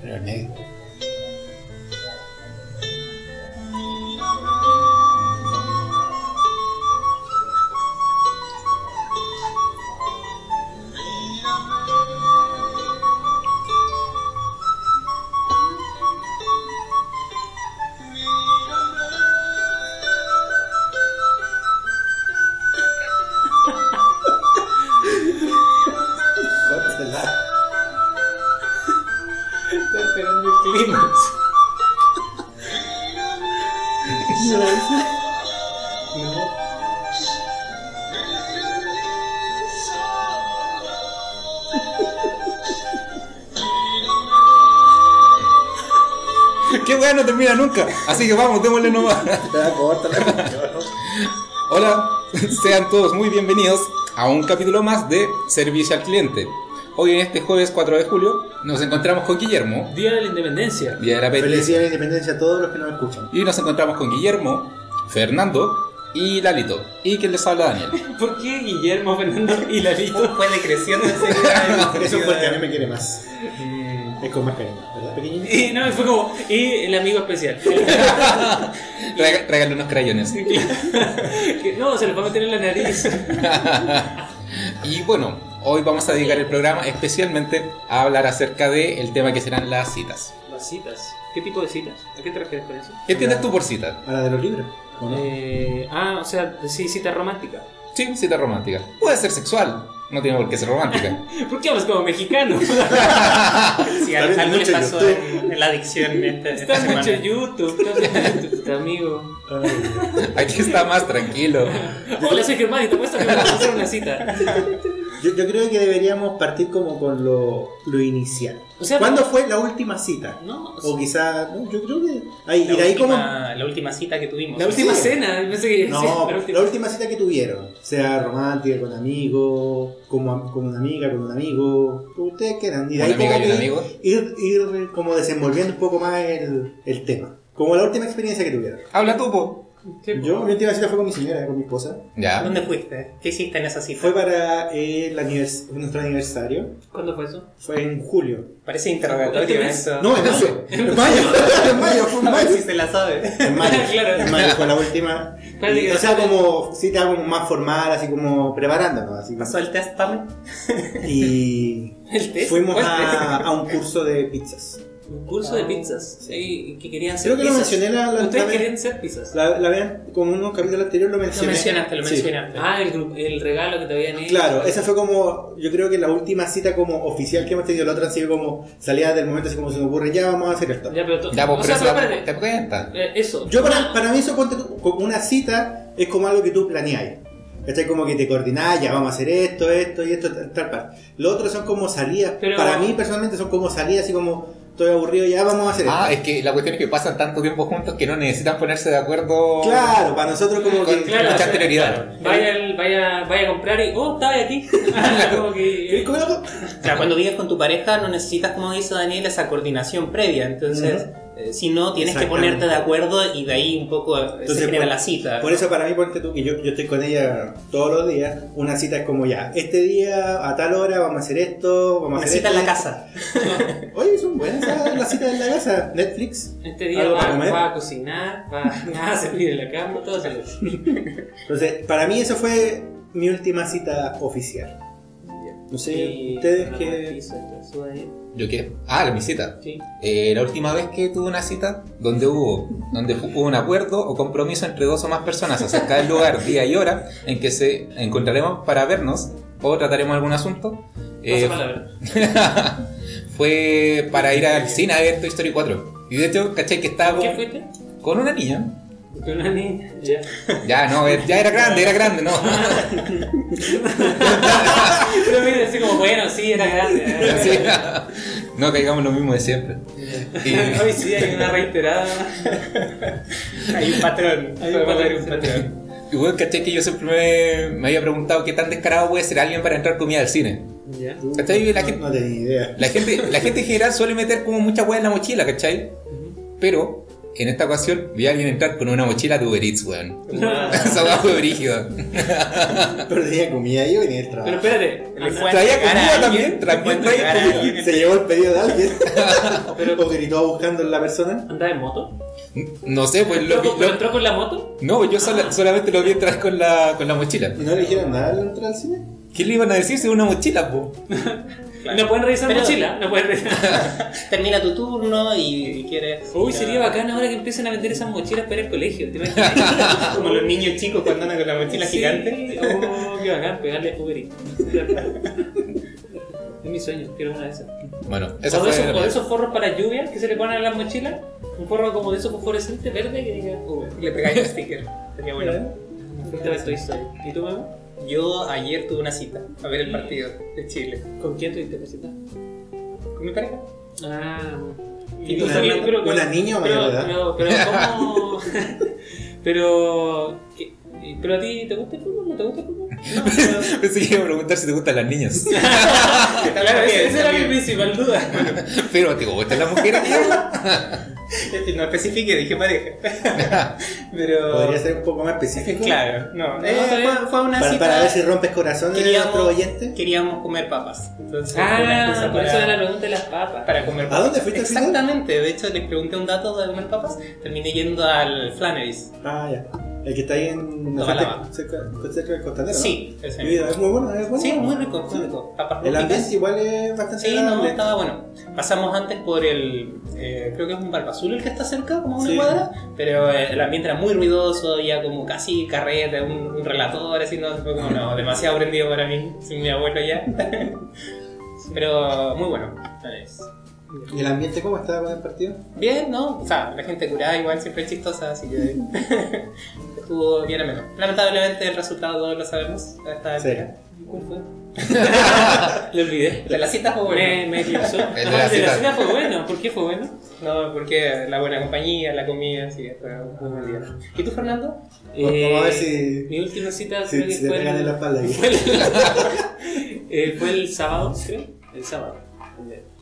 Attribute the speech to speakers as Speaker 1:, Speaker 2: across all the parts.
Speaker 1: Pero en medio.
Speaker 2: Estoy esperando el clímax. No.
Speaker 3: ¡Qué weá no termina nunca! Así que vamos, démosle nomás.
Speaker 1: Ya, córtala.
Speaker 3: Hola, sean todos muy bienvenidos a un capítulo más de Servicio al Cliente. Hoy en este jueves 4 de julio nos encontramos con Guillermo,
Speaker 2: Día de la Independencia.
Speaker 3: Día de la
Speaker 1: Feliz
Speaker 3: Peli,
Speaker 1: día de la independencia a todos los que nos escuchan.
Speaker 3: y nos encontramos con Guillermo, Fernando y Lalito. Y quien les habla Daniel.
Speaker 2: ¿Por qué Guillermo, Fernando y Lalito?
Speaker 4: Fue decreciendo ese
Speaker 1: Eso es porque a mí me quiere más.
Speaker 3: Eh,
Speaker 1: Es con más cariño, ¿verdad, pequeñín?
Speaker 2: Y no, fue como, y el amigo especial.
Speaker 3: Rega- Regálale unos crayones.
Speaker 2: Que no, se les va a meter en la nariz.
Speaker 3: Y bueno, hoy vamos a dedicar el programa especialmente a hablar acerca del tema que serán las citas.
Speaker 2: Las citas. ¿Qué tipo de citas? ¿A qué te refieres con eso?
Speaker 3: ¿Qué entiendes tú por cita?
Speaker 1: ¿A la de los libros? ¿O no?
Speaker 2: Eh, ah, o sea, sí, cita romántica.
Speaker 3: Sí, cita romántica. Puede ser sexual, no tiene por qué ser romántica.
Speaker 2: ¿Por qué hablas como mexicano?
Speaker 4: Sí,
Speaker 1: Está
Speaker 4: al-
Speaker 1: viendo
Speaker 4: algo le
Speaker 1: mucho
Speaker 4: pasó
Speaker 1: YouTube.
Speaker 4: en, en la adicción esta, esta
Speaker 2: Estás mucho
Speaker 4: semana.
Speaker 2: YouTube, estás mucho YouTube, Este amigo.
Speaker 1: Ay,
Speaker 3: Aquí está más tranquilo.
Speaker 2: Hola, soy Germán y te puesto que me vas a hacer una cita.
Speaker 1: Yo, yo creo que deberíamos partir como con lo, lo inicial.
Speaker 2: O sea,
Speaker 1: ¿Cuándo fue la última cita?
Speaker 2: No,
Speaker 1: O
Speaker 2: sí.
Speaker 1: quizá, no, yo creo que... Ay,
Speaker 4: La,
Speaker 1: y de ahí como...
Speaker 4: última, la última cita que tuvimos.
Speaker 2: la última
Speaker 1: Sí.
Speaker 2: cena, pensé que
Speaker 1: No,
Speaker 2: sí,
Speaker 1: la, última. cita que tuvieron. Sea romántica, con amigos, como, am- con una amiga, con un amigo, como ustedes quieran. Y de
Speaker 3: Una
Speaker 1: ahí
Speaker 3: amiga
Speaker 1: como
Speaker 3: y un
Speaker 1: que
Speaker 3: amigo.
Speaker 1: Ir, ir como desenvolviendo un poco más el, el tema. Como la última experiencia que tuvieron.
Speaker 3: Habla tú, po.
Speaker 2: Sí, pues. po.
Speaker 1: Yo, mi última cita fue con mi señora, con mi esposa.
Speaker 3: Ya.
Speaker 4: ¿Dónde fuiste? ¿Qué hiciste en esa cita?
Speaker 1: Fue para el anivers- nuestro aniversario.
Speaker 2: ¿Cuándo fue eso?
Speaker 1: Fue en julio.
Speaker 4: Parece interrogatorio
Speaker 2: Este mes.
Speaker 4: eso.
Speaker 1: No, en mayo. En mayo. En mayo, fue en
Speaker 4: A ver
Speaker 1: mayo.
Speaker 4: si se la sabe.
Speaker 1: En mayo,
Speaker 2: Claro.
Speaker 1: en mayo fue la última.
Speaker 2: Espérate que-
Speaker 1: o sea, como cita como más formal, así como preparándonos. Así como-
Speaker 4: ¿Pasó el test, Pam?
Speaker 1: Y
Speaker 2: ¿El test?
Speaker 1: fuimos
Speaker 2: ¿Cuál
Speaker 1: a, a un curso de pizzas.
Speaker 2: test? Un curso de pizzas. Sí, que querían ser
Speaker 1: Creo que lo
Speaker 2: pizzas.
Speaker 1: mencioné la, la,
Speaker 2: ¿Ustedes
Speaker 1: la-
Speaker 2: querían ser pizzas?
Speaker 1: la- la vez- como en un capítulo anterior lo
Speaker 4: Lo
Speaker 1: mencioné.
Speaker 4: mencionaste, lo
Speaker 1: Sí.
Speaker 4: mencionaste.
Speaker 2: Ah, el, gru- el regalo que te habían hecho.
Speaker 1: Claro, esa fue como, yo creo que la última cita como oficial que hemos tenido, la otra ha sido como salida del momento, así como se me ocurre, ya vamos a hacer esto.
Speaker 2: Ya, pero to-
Speaker 3: Ya,
Speaker 2: o
Speaker 3: pues,
Speaker 2: sea,
Speaker 3: pero
Speaker 2: pero
Speaker 3: eso la-
Speaker 2: espérate.
Speaker 3: te cuenta.
Speaker 2: Eh, eso.
Speaker 1: Yo para, para mí eso ponte tú, como una cita es como algo que tú planeáis. ¿Cachai? Como que te coordinás, ya vamos a hacer esto, esto y esto, tal, tal parte. Lo otro son como salidas,
Speaker 2: Pero-
Speaker 1: para mí personalmente son como salidas, así como estoy aburrido, ya vamos a hacer esto.
Speaker 3: Ah, es que la cuestión es que pasan tanto tiempo juntos que no necesitan ponerse de acuerdo.
Speaker 1: Claro, para nosotros como que...
Speaker 3: Con,
Speaker 2: Claro,
Speaker 3: mucha
Speaker 2: o sea,
Speaker 3: anterioridad.
Speaker 2: Vaya, al- vaya, vaya a comprar y. ¡Oh, estaba aquí! Como
Speaker 1: ¿Queréis
Speaker 2: que. eh,
Speaker 1: comer algo?
Speaker 4: O sea, cuando vives con tu pareja no necesitas, como dice Daniel, esa coordinación previa. Entonces, eh, si no, tienes que
Speaker 1: Exactamente.
Speaker 4: ponerte de acuerdo y de ahí un poco eh,
Speaker 1: Entonces,
Speaker 4: se genera
Speaker 1: por-
Speaker 4: la cita.
Speaker 1: Por eso para mí, ponte tú, que yo, yo estoy con ella todos los días, una cita es como ya, este día a tal hora vamos a hacer esto, vamos a
Speaker 4: Una
Speaker 1: hacer
Speaker 4: cita
Speaker 1: esto.
Speaker 4: en la casa.
Speaker 1: Oye, son buenas esas las citas en la casa, Netflix.
Speaker 2: Este día
Speaker 1: ¿Algo para
Speaker 2: va,
Speaker 1: comer?
Speaker 2: va a cocinar, va va a servir en la cama, todo eso.
Speaker 1: Entonces, para mí eso fue mi última cita oficial. No sé,
Speaker 2: Y-
Speaker 1: ustedes
Speaker 2: la
Speaker 1: que...
Speaker 2: pizza, la soda, ¿eh?
Speaker 3: ¿Yo qué? Ah, la- mi cita.
Speaker 2: Sí.
Speaker 3: Eh, la última vez que tuve una cita donde hubo, donde fu- hubo un acuerdo o compromiso entre dos o más personas acerca del lugar, día y hora en que se encontraremos para vernos o trataremos algún asunto, eh,
Speaker 2: Pasa palabra.
Speaker 3: fue para ir al cine a ver Toy Story 4. Y de hecho, caché que estaba
Speaker 2: ¿Qué
Speaker 3: con,
Speaker 2: fuiste?
Speaker 3: con una niña.
Speaker 2: Con una niña. Ya.
Speaker 3: Ya, no, eh, ya era grande, era grande, no.
Speaker 2: Pero mira, así como, bueno, sí, era grande. eh. era
Speaker 3: Sí.
Speaker 2: grande.
Speaker 3: No caigamos lo mismo de siempre. Y-
Speaker 2: Hoy sí hay una reiterada.
Speaker 4: Hay un patrón.
Speaker 2: Hay un patrón, un
Speaker 4: patrón.
Speaker 3: Y bueno, caché que yo siempre me, me había preguntado qué tan descarado puede ser alguien para entrar comida al cine.
Speaker 2: Ya.
Speaker 3: ¿Cachai? La
Speaker 1: no,
Speaker 3: gente-
Speaker 1: no tenía idea.
Speaker 3: La gente, la gente en general suele meter como mucha hueá en la mochila, ¿cachai? Pero en esta ocasión vi a alguien entrar con una mochila de Uber Eats, weón. Esa weá fue brígida.
Speaker 1: Pero tenía comida y venía el
Speaker 2: Pero
Speaker 1: trabajo.
Speaker 2: espérate,
Speaker 4: Le
Speaker 2: anda-
Speaker 4: fue a
Speaker 3: Traía
Speaker 4: entregar
Speaker 3: comida
Speaker 4: a alguien,
Speaker 3: también,
Speaker 4: le
Speaker 3: también
Speaker 4: fue a
Speaker 3: traía
Speaker 4: entregar a
Speaker 3: comida.
Speaker 4: alguien.
Speaker 1: Se llevó el pedido de alguien. o gritó buscando en la persona.
Speaker 2: ¿Andaba en moto?
Speaker 3: No sé, pues lo
Speaker 2: ¿Entró
Speaker 3: vi.
Speaker 2: con- ¿Pero
Speaker 3: lo-
Speaker 2: entró con la moto?
Speaker 3: no, pues, yo
Speaker 4: Ah.
Speaker 3: sola- solamente lo vi entrar con la, con la mochila.
Speaker 1: ¿Y no le dijeron nada al entrar al cine?
Speaker 3: ¿Qué le iban a decir si era una mochila, po?
Speaker 2: No pueden revisar
Speaker 4: Pero-
Speaker 2: mochila, no pueden revisar.
Speaker 4: Termina tu turno y quieres.
Speaker 2: Uy, sería bacán ahora que empiecen a vender esas mochilas para ir al colegio, ¿te imaginas?
Speaker 4: Ah, Como los niños chicos cuando andan con la mochila
Speaker 2: Sí,
Speaker 4: gigante.
Speaker 2: Oh, qué bacán, pegarle a Uber Eats. Es mi sueño, quiero una de esas.
Speaker 3: Bueno,
Speaker 2: O de,
Speaker 3: esa fue
Speaker 2: esos,
Speaker 3: la-
Speaker 2: o de esos forros para lluvia que se le ponen a las mochilas. Un forro como de esos fosforescente verde que diga Uber.
Speaker 4: Le pegáis un sticker. Sería bueno.
Speaker 2: Fuiste a ver Toy Story. ¿Y tú, mamá?
Speaker 4: Yo ayer tuve una cita a ver el partido de Chile.
Speaker 2: ¿Con quién tuviste casita?
Speaker 4: ¿Con mi pareja?
Speaker 2: Ah.
Speaker 4: ¿Y tú,
Speaker 2: una-
Speaker 4: Fernando?
Speaker 2: pero-
Speaker 1: ¿Una niña o mayor
Speaker 2: pero-
Speaker 1: de edad?
Speaker 2: Pero, pero, ¿cómo? pero, ¿qué? ¿pero a ti te gusta el fútbol? ¿No te gusta el fútbol? No, pero-
Speaker 3: Pensé que iba a preguntar si te gustan las niñas.
Speaker 1: Ah,
Speaker 2: Claro, esa- esa era mi
Speaker 4: También.
Speaker 2: principal duda.
Speaker 3: Pero te gustan las mujeres, tío?
Speaker 4: Este, No especifique, dije pareja. Pero.
Speaker 1: Podría ser un poco más específico.
Speaker 4: Claro, no.
Speaker 2: No,
Speaker 4: eh,
Speaker 2: está bien.
Speaker 4: fue, fue una
Speaker 1: Para,
Speaker 4: cita.
Speaker 1: para ver si rompes corazones de nuestro
Speaker 4: queríamos,
Speaker 1: oyente.
Speaker 4: queríamos comer papas. Entonces, fue una
Speaker 2: Ah,
Speaker 4: excusa
Speaker 2: por eso
Speaker 4: para-
Speaker 2: era la pregunta de las papas.
Speaker 4: para comer
Speaker 1: ¿A dónde fuiste al final?
Speaker 4: Exactamente, de hecho les pregunté un dato de comer papas, terminé yendo al Flannery's.
Speaker 1: Ah, ya. El que está ahí en la
Speaker 4: Tobalaba.
Speaker 1: frente, cerca, cerca del costanero. ¿no?
Speaker 4: Sí, ese
Speaker 1: Y
Speaker 4: mismo.
Speaker 1: Es muy bueno, es bueno.
Speaker 4: Sí, muy rico, muy
Speaker 1: Sí.
Speaker 4: rico. Papas
Speaker 1: El
Speaker 4: rústicas.
Speaker 1: ambiente igual es bastante
Speaker 4: Sí, no,
Speaker 1: agradable.
Speaker 4: estaba bueno. Pasamos antes por el. eh, creo que es un barbazul el que está cerca, como a una
Speaker 1: Sí.
Speaker 4: cuadra. Pero eh, el ambiente era muy ruidoso, había como casi carreta, un, un relator, así, no, fue como, no, demasiado prendido para mí, sin mi abuelo ya. pero muy bueno. Es-
Speaker 1: ¿Y el ambiente cómo estaba con el partido?
Speaker 4: Bien, ¿no? O sea, la gente curada igual siempre es chistosa, así que. estuvo bien ameno. Lamentablemente el resultado todos lo sabemos a esta
Speaker 2: Ah,
Speaker 1: Sí.
Speaker 4: altura.
Speaker 2: ¿Cuál fue? Lo olvidé.
Speaker 4: De pues, la cita fue
Speaker 1: Eh,
Speaker 2: Me,
Speaker 4: buena.
Speaker 2: me eclipsó. Ah,
Speaker 3: de
Speaker 2: de
Speaker 3: la
Speaker 2: la
Speaker 3: cita.
Speaker 2: cita fue bueno. ¿Por qué fue bueno?
Speaker 4: No, porque la buena compañía, la comida, así que fue un
Speaker 1: Ah.
Speaker 4: buen día. ¿Y tú, Fernando?
Speaker 1: Vamos a ver si-
Speaker 2: Eh, Mi última cita
Speaker 1: Si-
Speaker 2: creo que
Speaker 1: si te
Speaker 2: fue,
Speaker 1: pegan en la espalda ahí.
Speaker 2: fue, el, eh, fue el sábado, creo. El sábado.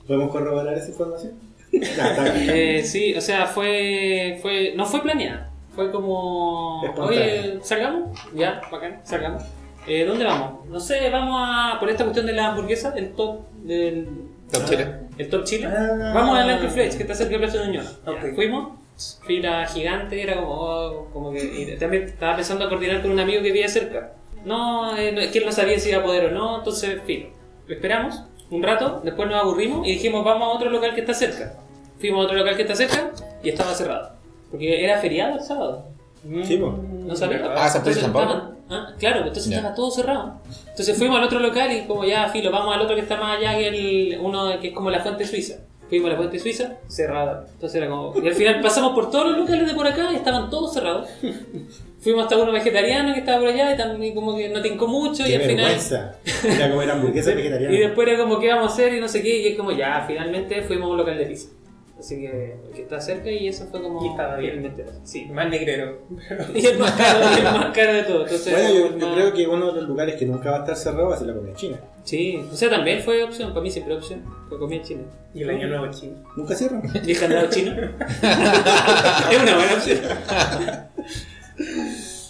Speaker 1: ¿Podemos corroborar esa información? No, está bien.
Speaker 2: Eh, sí, o sea, fue, fue. No fue planeada. Fue como.
Speaker 1: Espontánea.
Speaker 2: Oye, salgamos. Ya, bacán, salgamos. Eh, ¿Dónde vamos? No sé, vamos a. Por esta cuestión de la hamburguesa, el top del.
Speaker 3: Top Chile.
Speaker 2: El top chile.
Speaker 1: Ah.
Speaker 2: Vamos a Blanco Flex, que está cerca de Plaza de Ñuñoa. Ya,
Speaker 4: Ok.
Speaker 2: Fuimos, fila gigante, era como, oh, como que. y también estaba pensando a coordinar con un amigo que vivía cerca. No, eh, no, es que él no sabía si iba a poder o no, entonces, filo. Esperamos un rato, después nos aburrimos y dijimos, vamos a otro local que está cerca. Fuimos a otro local que está cerca y estaba cerrado. Porque era feriado el sábado.
Speaker 1: Sí, po.
Speaker 2: No sabía.
Speaker 3: Ah, San Pedro y
Speaker 2: Entonces
Speaker 3: San Pablo.
Speaker 2: estaban- ah, Claro, entonces
Speaker 3: Ya.
Speaker 2: estaba todo cerrado. Entonces fuimos al otro local y como ya, filo, vamos al otro que está más allá que el uno que es como la fuente suiza. Fuimos a la fuente suiza, cerrada. Entonces era como... Y al final pasamos por todos los locales de por acá y estaban todos cerrados. Fuimos hasta uno vegetariano que estaba por allá y también como que no tincó mucho y
Speaker 1: Qué
Speaker 2: al final...
Speaker 1: vergüenza. Ir a comer hamburguesa vegetariana.
Speaker 2: Y después era como, ¿qué vamos a hacer? Y no sé qué. Y es como, ya, finalmente fuimos a un local de pizza. Así que, que está cerca y eso fue como...
Speaker 4: Y estaba bien.
Speaker 2: Finalmente, Sí.
Speaker 4: Más negrero.
Speaker 2: Y el más caro, y el más caro de todo. Entonces,
Speaker 1: Bueno, yo,
Speaker 2: no-
Speaker 1: yo creo que uno de los lugares que nunca va a estar cerrado va a ser la comida china.
Speaker 2: Sí, o sea, también fue opción, para mí siempre opción. Fue comida china.
Speaker 4: Y el año nuevo chino.
Speaker 1: Nunca cierran.
Speaker 2: ¿Y el candado chino? es una buena opción.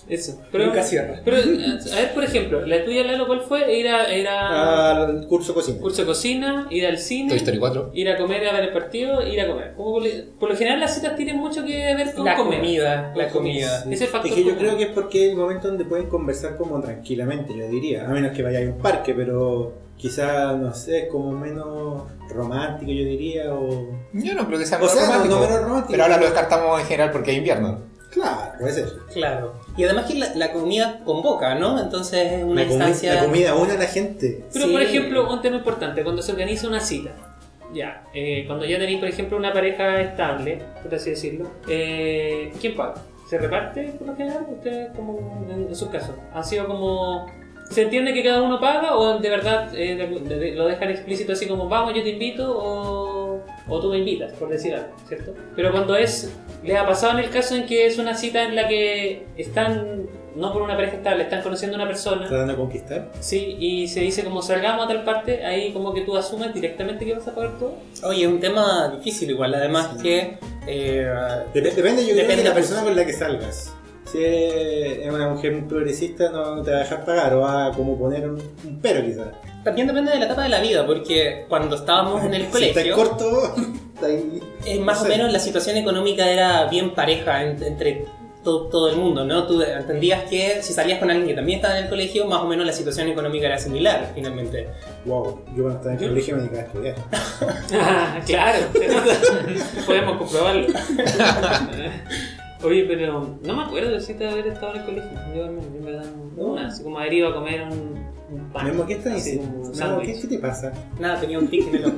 Speaker 2: Eso. Pero,
Speaker 4: Nunca cierra.
Speaker 2: Pero, eh, a ver, por ejemplo, la tuya, Lalo, ¿cuál fue? Ir a, ir a
Speaker 1: Al curso cocina.
Speaker 2: Ah. curso de cocina, ir al cine.
Speaker 3: Toy Story 4.
Speaker 2: Ir a comer, a ver el partido, ir a comer. Como por, por lo general las citas tienen mucho que ver con
Speaker 4: La
Speaker 2: comer.
Speaker 4: comida,
Speaker 2: Con
Speaker 4: la comida.
Speaker 2: Ese factor
Speaker 1: Es que yo
Speaker 2: común.
Speaker 1: creo que es porque es el momento donde pueden conversar como tranquilamente, yo diría. A menos que vaya a un parque, pero quizás, no sé, es como menos romántico, yo diría. O...
Speaker 3: Yo no creo que sea
Speaker 1: O sea, no,
Speaker 3: romántico.
Speaker 1: no menos romántico.
Speaker 3: Pero ahora lo descartamos en general porque hay invierno.
Speaker 1: Claro, puede ser.
Speaker 4: Claro. Y además que la, la comida convoca, ¿no? Entonces es una
Speaker 1: La, comi-
Speaker 4: instancia.
Speaker 1: la comida une a la gente.
Speaker 2: Pero
Speaker 4: Sí.
Speaker 2: por ejemplo, un tema importante, cuando se organiza una cita, ya, eh, cuando ya tenéis por ejemplo una pareja estable, por así decirlo, eh, ¿quién paga? ¿Se reparte por lo general? Ustedes como en, en sus casos, ha sido como... ¿Se entiende que cada uno paga o de verdad eh, de- de- de- lo dejan explícito así como vamos, yo te invito o, o tú me invitas, por decir algo, ¿cierto? Pero cuando es, les ha pasado en el caso en que es una cita en la que están no por una pareja estable, están conociendo a una persona,
Speaker 1: ¿Tratando de conquistar?
Speaker 2: sí, y se dice como salgamos a tal parte, ahí como que tú asumes directamente que vas a pagar todo.
Speaker 4: Oye, es un tema difícil igual, además
Speaker 1: Sí.
Speaker 4: que... eh,
Speaker 1: Dep- depende, yo creo,
Speaker 4: Depende.
Speaker 1: de la persona con la que salgas. Si es una mujer progresista, no te va a dejar pagar, o va a como poner un, un pero quizás.
Speaker 4: también depende de la etapa de la vida, porque cuando estábamos en el
Speaker 1: si
Speaker 4: colegio...
Speaker 1: está corto, está ahí.
Speaker 4: Eh, más
Speaker 1: No
Speaker 4: o
Speaker 1: sé.
Speaker 4: menos la situación económica era bien pareja en- entre to- todo el mundo, ¿no? Tú entendías que si salías con alguien que también estaba en el colegio, más o menos la situación económica era similar, finalmente.
Speaker 1: Wow, yo cuando estaba en el colegio me dedicaba a estudiar.
Speaker 2: Ah, claro, se nota. podemos comprobarlo. Oye, pero no me acuerdo si te haber estado en el colegio. Yo, al menos, yo en verdad, no.
Speaker 1: No.
Speaker 2: Una, así como haber ido a comer un, un pan.
Speaker 1: Memo, ¿qué estás
Speaker 2: así
Speaker 1: diciendo?
Speaker 2: como un
Speaker 1: Memo, ¿qué,
Speaker 2: sándwich.
Speaker 1: ¿Qué te pasa?
Speaker 4: Nada, tenía un tic en el ojo.